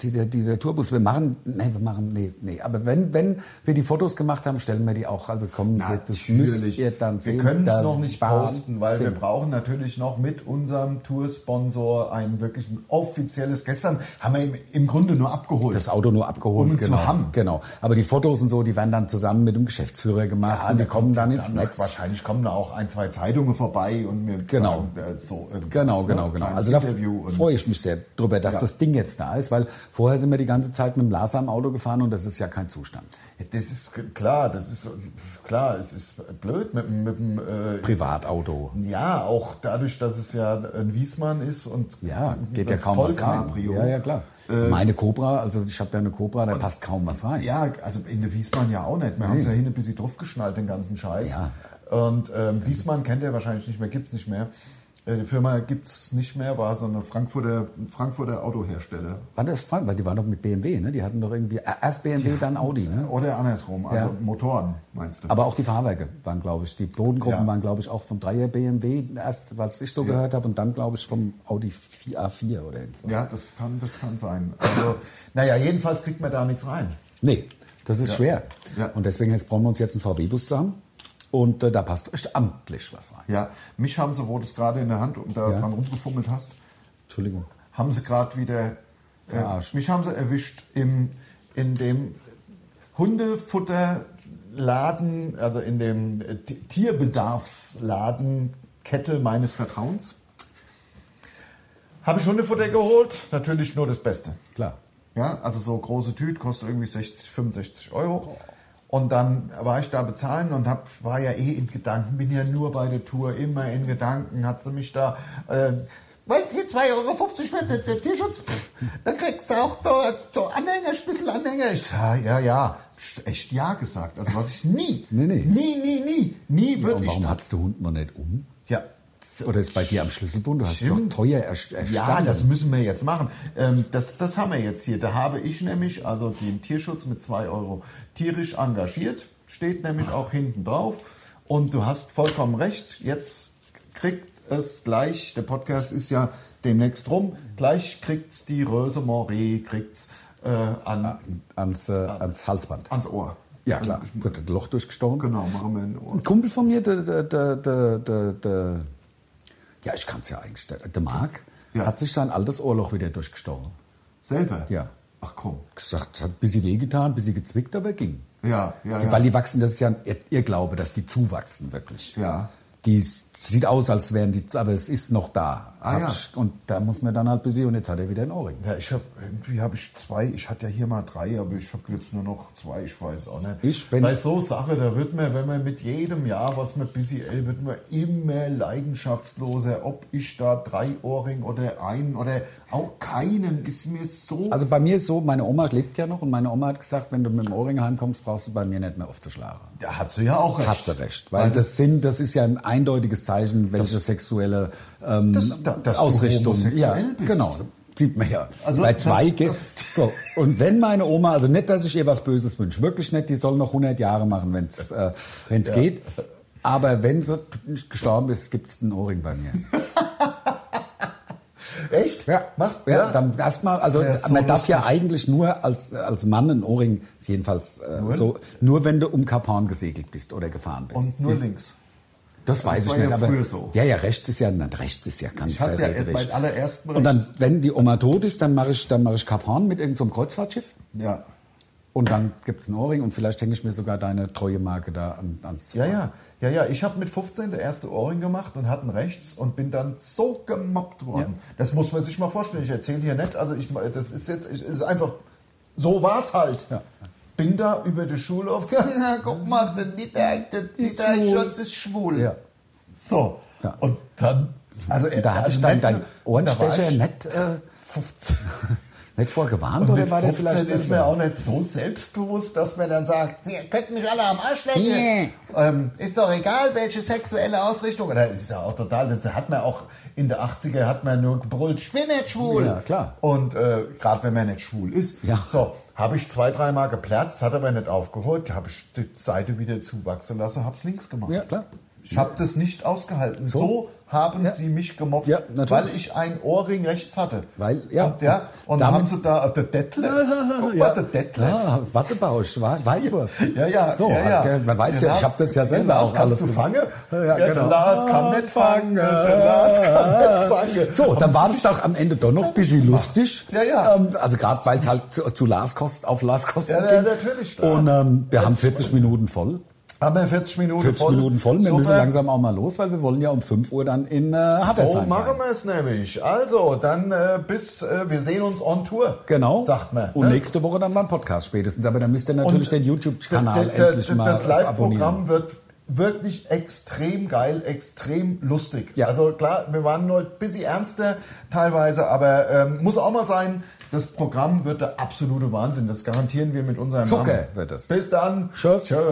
[SPEAKER 3] dieser, dieser Tourbus, wir machen, nee, wir machen, nee, nee. Aber wenn, wenn wir die Fotos gemacht haben, stellen wir die auch, also kommen, das müsst ihr dann sehen.
[SPEAKER 2] wir können es
[SPEAKER 3] Da
[SPEAKER 2] noch nicht
[SPEAKER 3] waren
[SPEAKER 2] posten, weil wir
[SPEAKER 3] Sinn.
[SPEAKER 2] brauchen natürlich noch mit unserem Toursponsor ein wirklich offizielles. Gestern haben wir im, im Grunde nur abgeholt.
[SPEAKER 3] das Auto nur abgeholt.
[SPEAKER 2] Um ihn zu
[SPEAKER 3] genau,
[SPEAKER 2] haben.
[SPEAKER 3] Genau. Aber die Fotos und so, die werden dann zusammen mit dem Geschäftsführer gemacht und die
[SPEAKER 2] der
[SPEAKER 3] kommen
[SPEAKER 2] kommt
[SPEAKER 3] dann ins
[SPEAKER 2] noch-
[SPEAKER 3] Netz.
[SPEAKER 2] Wahrscheinlich kommen da auch ein, zwei Zeitungen vorbei und mir
[SPEAKER 3] Genau.
[SPEAKER 2] sagen, äh, so irgendwas,
[SPEAKER 3] Genau,
[SPEAKER 2] ne?
[SPEAKER 3] genau, genau.
[SPEAKER 2] Kleines
[SPEAKER 3] Also da
[SPEAKER 2] Interview und-
[SPEAKER 3] freue ich mich sehr drüber, dass
[SPEAKER 2] Ja.
[SPEAKER 3] das Ding jetzt da ist, weil vorher sind wir die ganze Zeit mit dem Laser am Auto gefahren und das ist ja kein Zustand.
[SPEAKER 2] Das ist k- klar, das ist klar, es ist blöd mit, dem- mit dem äh,
[SPEAKER 3] Privatauto.
[SPEAKER 2] Ja, auch dadurch, dass es ja ein Wiesmann ist und
[SPEAKER 3] Ja, geht ja kaum
[SPEAKER 2] voll
[SPEAKER 3] was rein.
[SPEAKER 2] Cabrio.
[SPEAKER 3] Ja, ja, klar. Meine Cobra, also ich habe ja eine Cobra, da passt kaum was rein.
[SPEAKER 2] Äh, Ja, also in der Wiesmann ja auch nicht. Wir haben es ja hin ein bisschen draufgeschnallt, den ganzen Scheiß.
[SPEAKER 3] Ja.
[SPEAKER 2] Und ähm, Wiesmann kennt ihr wahrscheinlich nicht mehr, gibt's nicht mehr. Äh, Die Firma gibt's nicht mehr, war so eine Frankfurter, Frankfurter Autohersteller.
[SPEAKER 3] War das Frank? Weil die waren doch mit BMW, ne? Die hatten doch irgendwie äh, erst BMW, dann Audi, ne?
[SPEAKER 2] Oder andersrum, also
[SPEAKER 3] Ja.
[SPEAKER 2] Motoren, meinst du?
[SPEAKER 3] Aber auch die Fahrwerke waren, glaube ich, die Bodengruppen
[SPEAKER 2] Ja.
[SPEAKER 3] waren, glaube ich, auch vom Dreier BMW erst, was ich so gehört habe, und dann, glaube ich, vom Audi 4 A4 oder so.
[SPEAKER 2] ja, das kann, das kann sein. Also, naja, jedenfalls kriegt man da nichts rein.
[SPEAKER 3] Nee, das ist schwer.
[SPEAKER 2] Ja.
[SPEAKER 3] Und deswegen jetzt brauchen wir uns jetzt einen VW-Bus zusammen und äh, da passt echt amtlich was rein.
[SPEAKER 2] Ja, mich haben sie, wo du es gerade in der Hand und da
[SPEAKER 3] Ja.
[SPEAKER 2] dran rumgefummelt hast,
[SPEAKER 3] Entschuldigung.
[SPEAKER 2] haben sie gerade wieder
[SPEAKER 3] Verarscht.
[SPEAKER 2] Äh, mich haben sie erwischt im, in dem Hundefutterladen, also in dem äh, T- Tierbedarfsladen Kette meines Vertrauens. Habe ich Hundefutter geholt, natürlich nur das Beste.
[SPEAKER 3] Klar.
[SPEAKER 2] Ja, also so große Tüte kostet irgendwie 60, 65 Euro. Und dann war ich da bezahlen und hab, war ja eh in Gedanken, bin ja nur bei der Tour, immer in Gedanken, hat sie mich da, äh, wollen Sie 2,50 Euro für den, den Tierschutz? Pff, Dann kriegst du auch dort so Anhänger, Schlüsselanhänger. Ich, ja, ja, ja, Pst, echt ja gesagt. Also was ich nie,
[SPEAKER 3] Nee, nee.
[SPEAKER 2] nie, nie, nie, nie
[SPEAKER 3] Und
[SPEAKER 2] würde ich
[SPEAKER 3] warum
[SPEAKER 2] da,
[SPEAKER 3] hat's der Hund noch nicht um?
[SPEAKER 2] ja,
[SPEAKER 3] Oder ist bei dir am Schlüsselbund? Du hast es doch
[SPEAKER 2] Stimmt.
[SPEAKER 3] teuer erst- erstanden.
[SPEAKER 2] Ja, das müssen wir jetzt machen. Ähm, das, das haben wir jetzt hier. Da habe ich nämlich also den Tierschutz mit 2 Euro tierisch engagiert. Steht nämlich auch hinten drauf. Und du hast vollkommen recht. Jetzt kriegt es gleich, der Podcast ist ja demnächst rum, gleich kriegt's die Röse Moree, kriegt's äh, an,
[SPEAKER 3] ans, äh,
[SPEAKER 2] Ah.
[SPEAKER 3] ans Halsband.
[SPEAKER 2] ans Ohr.
[SPEAKER 3] Ja, klar. Wird ein Loch durchgestochen.
[SPEAKER 2] Genau, machen wir ein Ohr.
[SPEAKER 3] Ein Kumpel von mir, der, der, der, der, der, der ja, ich kann es ja eigentlich, der, der Marc,
[SPEAKER 2] Ja.
[SPEAKER 3] hat sich sein altes Ohrloch wieder durchgestochen.
[SPEAKER 2] Selber?
[SPEAKER 3] Ja.
[SPEAKER 2] Ach komm.
[SPEAKER 3] Gesagt, hat ein bisschen wehgetan, ein bisschen gezwickt, aber ging.
[SPEAKER 2] Ja, ja, ja.
[SPEAKER 3] Weil die wachsen, das ist ja ein Ir- Irrglaube, dass die zuwachsen wirklich.
[SPEAKER 2] Ja.
[SPEAKER 3] Die s- sieht aus, als wären die, aber es ist noch da.
[SPEAKER 2] Ah,
[SPEAKER 3] Hab
[SPEAKER 2] ja.
[SPEAKER 3] ich- Und da muss man dann halt bisschen, und jetzt hat er wieder einen Ohrring.
[SPEAKER 2] Ja, ich habe irgendwie habe ich zwei. Ich hatte ja hier mal drei, aber ich habe jetzt nur noch zwei. Ich weiß auch nicht.
[SPEAKER 3] Ich bin-
[SPEAKER 2] Bei so Sache, da wird man, wenn man mit jedem Jahr, was man busy ey, wird man immer leidenschaftsloser. Ob ich da drei Ohrring oder einen oder auch keinen, ist mir so.
[SPEAKER 3] Also bei mir ist so, meine Oma lebt ja noch und meine Oma hat gesagt, wenn du mit dem Ohrring heimkommst, brauchst du bei mir nicht mehr aufzuschlagen.
[SPEAKER 2] da hat sie ja auch recht.
[SPEAKER 3] Hat sie recht, weil das sind, das ist ja ein eindeutiges Zeichen, welche sexuelle ähm,
[SPEAKER 2] Das- da- dass du
[SPEAKER 3] Ausrichtung. ja,
[SPEAKER 2] homosexuell bist.
[SPEAKER 3] genau, sieht man ja.
[SPEAKER 2] Also
[SPEAKER 3] Bei
[SPEAKER 2] das-
[SPEAKER 3] zwei
[SPEAKER 2] das-
[SPEAKER 3] geht's. So. Und wenn meine Oma, also nicht, dass ich ihr was Böses wünsche, wirklich nicht, die soll noch 100 Jahre machen, wenn's äh, wenn's geht. Aber wenn sie nicht gestorben ist, gibt's einen Ohrring bei mir.
[SPEAKER 2] Echt?
[SPEAKER 3] Ja,
[SPEAKER 2] Machst du?
[SPEAKER 3] ja, dann erstmal, also
[SPEAKER 2] Das wär so
[SPEAKER 3] man darf ja
[SPEAKER 2] lustig.
[SPEAKER 3] eigentlich nur als, als Mann einen Ohrring, jedenfalls äh, so, nur wenn du um Kap Horn gesegelt bist oder gefahren bist.
[SPEAKER 2] Und nur links.
[SPEAKER 3] das weiß
[SPEAKER 2] war
[SPEAKER 3] ich nicht,
[SPEAKER 2] ja
[SPEAKER 3] aber
[SPEAKER 2] früher so.
[SPEAKER 3] ja, ja, rechts ist ja, na, rechts ist ja ganz
[SPEAKER 2] Ich hatte ja
[SPEAKER 3] verräterisch.
[SPEAKER 2] bei allerersten
[SPEAKER 3] Und dann,
[SPEAKER 2] rechts.
[SPEAKER 3] wenn die Oma tot ist, dann mache ich, dann mache ich Kap Horn mit irgendeinem Kreuzfahrtschiff
[SPEAKER 2] Ja.
[SPEAKER 3] und dann gibt's einen Ohrring und vielleicht hänge ich mir sogar deine treue Marke da an, ans.
[SPEAKER 2] Ja, ja, ja, ja. Ich habe mit 15 der erste Ohrring gemacht und hatten rechts und bin dann so gemobbt worden. Das muss man sich mal vorstellen. Ich erzähle hier nicht. Also ich, das ist jetzt, ich, ist einfach, so war's halt.
[SPEAKER 3] Ja.
[SPEAKER 2] Bin da über die Schule aufgegangen. "Na, Guck mal, der Dieter, der Dieter
[SPEAKER 3] schwul."
[SPEAKER 2] Schulz ist schwul.
[SPEAKER 3] Ja.
[SPEAKER 2] So.
[SPEAKER 3] Ja.
[SPEAKER 2] Und dann, also
[SPEAKER 3] Und da hatte ich dann deinen Ohrenstecher nicht, äh,
[SPEAKER 2] 15.
[SPEAKER 3] nicht vorgewarnt
[SPEAKER 2] Und
[SPEAKER 3] oder
[SPEAKER 2] mit
[SPEAKER 3] war der
[SPEAKER 2] 15
[SPEAKER 3] vielleicht.
[SPEAKER 2] ist mir auch nicht so selbstbewusst, dass man dann sagt, ihr könnt mich alle am Arsch lecken.
[SPEAKER 3] Nee.
[SPEAKER 2] Ähm, ist doch egal, welche sexuelle Ausrichtung. Oder ist ja auch total, das hat man auch in der 80er hat man nur gebrüllt, ich bin nicht schwul.
[SPEAKER 3] Ja, klar.
[SPEAKER 2] Und äh, gerade wenn man nicht schwul ist.
[SPEAKER 3] Ja.
[SPEAKER 2] So, habe ich zwei, dreimal geplatzt, hat aber nicht aufgeholt, habe ich die Seite wieder zuwachsen lassen, hab's links gemacht.
[SPEAKER 3] Ja, klar.
[SPEAKER 2] Ich habe das nicht ausgehalten. So, haben sie mich gemobbt,
[SPEAKER 3] Ja, natürlich.
[SPEAKER 2] weil ich ein Ohrring rechts hatte.
[SPEAKER 3] Weil- ja.
[SPEAKER 2] Und, ja, und
[SPEAKER 3] Damit-
[SPEAKER 2] haben sie da, äh, der Detlef, guck mal, der Detlef.
[SPEAKER 3] Ah, Wattebausch, Wa- Weiber.
[SPEAKER 2] Ja, ja,
[SPEAKER 3] So,
[SPEAKER 2] ja, ja.
[SPEAKER 3] gell, man weiß
[SPEAKER 2] Der
[SPEAKER 3] ja, ich
[SPEAKER 2] Lars-
[SPEAKER 3] habe das ja selber
[SPEAKER 2] der Lars
[SPEAKER 3] auch
[SPEAKER 2] kannst
[SPEAKER 3] alles
[SPEAKER 2] du fangen?
[SPEAKER 3] Ja, ja,
[SPEAKER 2] Der
[SPEAKER 3] genau. Ah,
[SPEAKER 2] Lars kann nicht fangen. Der Lars kann nicht fangen.
[SPEAKER 3] So, dann war es doch am Ende doch noch ein bisschen lustig.
[SPEAKER 2] Ja, ja.
[SPEAKER 3] Ähm, also gerade weil es halt zu, zu Lars Kost auf Lars Kost
[SPEAKER 2] Ja, ja, natürlich, klar.
[SPEAKER 3] Und ähm, wir haben 40 Minuten voll.
[SPEAKER 2] Haben wir 40 Minuten
[SPEAKER 3] 40
[SPEAKER 2] voll.
[SPEAKER 3] Minuten voll. Wir müssen
[SPEAKER 2] Super.
[SPEAKER 3] langsam auch mal los, weil wir wollen ja um 5 Uhr dann in äh,
[SPEAKER 2] So
[SPEAKER 3] Habersheim sein.
[SPEAKER 2] machen wir es nämlich. Also, dann äh, bis, äh, wir sehen uns on Tour.
[SPEAKER 3] Genau.
[SPEAKER 2] Sagt man. ne?
[SPEAKER 3] Und nächste Woche dann beim Podcast spätestens. Aber dann müsst ihr natürlich den YouTube-Kanal
[SPEAKER 2] d- d- d-
[SPEAKER 3] endlich mal
[SPEAKER 2] Das
[SPEAKER 3] abonnieren.
[SPEAKER 2] Live-Programm wird wirklich extrem geil, extrem lustig.
[SPEAKER 3] Ja.
[SPEAKER 2] Also klar, wir waren heute ein bisschen ernster teilweise, aber ähm, muss auch mal sein, das Programm wird der absolute Wahnsinn. Das garantieren wir mit unserem
[SPEAKER 3] Zucker
[SPEAKER 2] Namen.
[SPEAKER 3] wird es.
[SPEAKER 2] Bis dann.
[SPEAKER 3] Tschüss.
[SPEAKER 2] Tschö.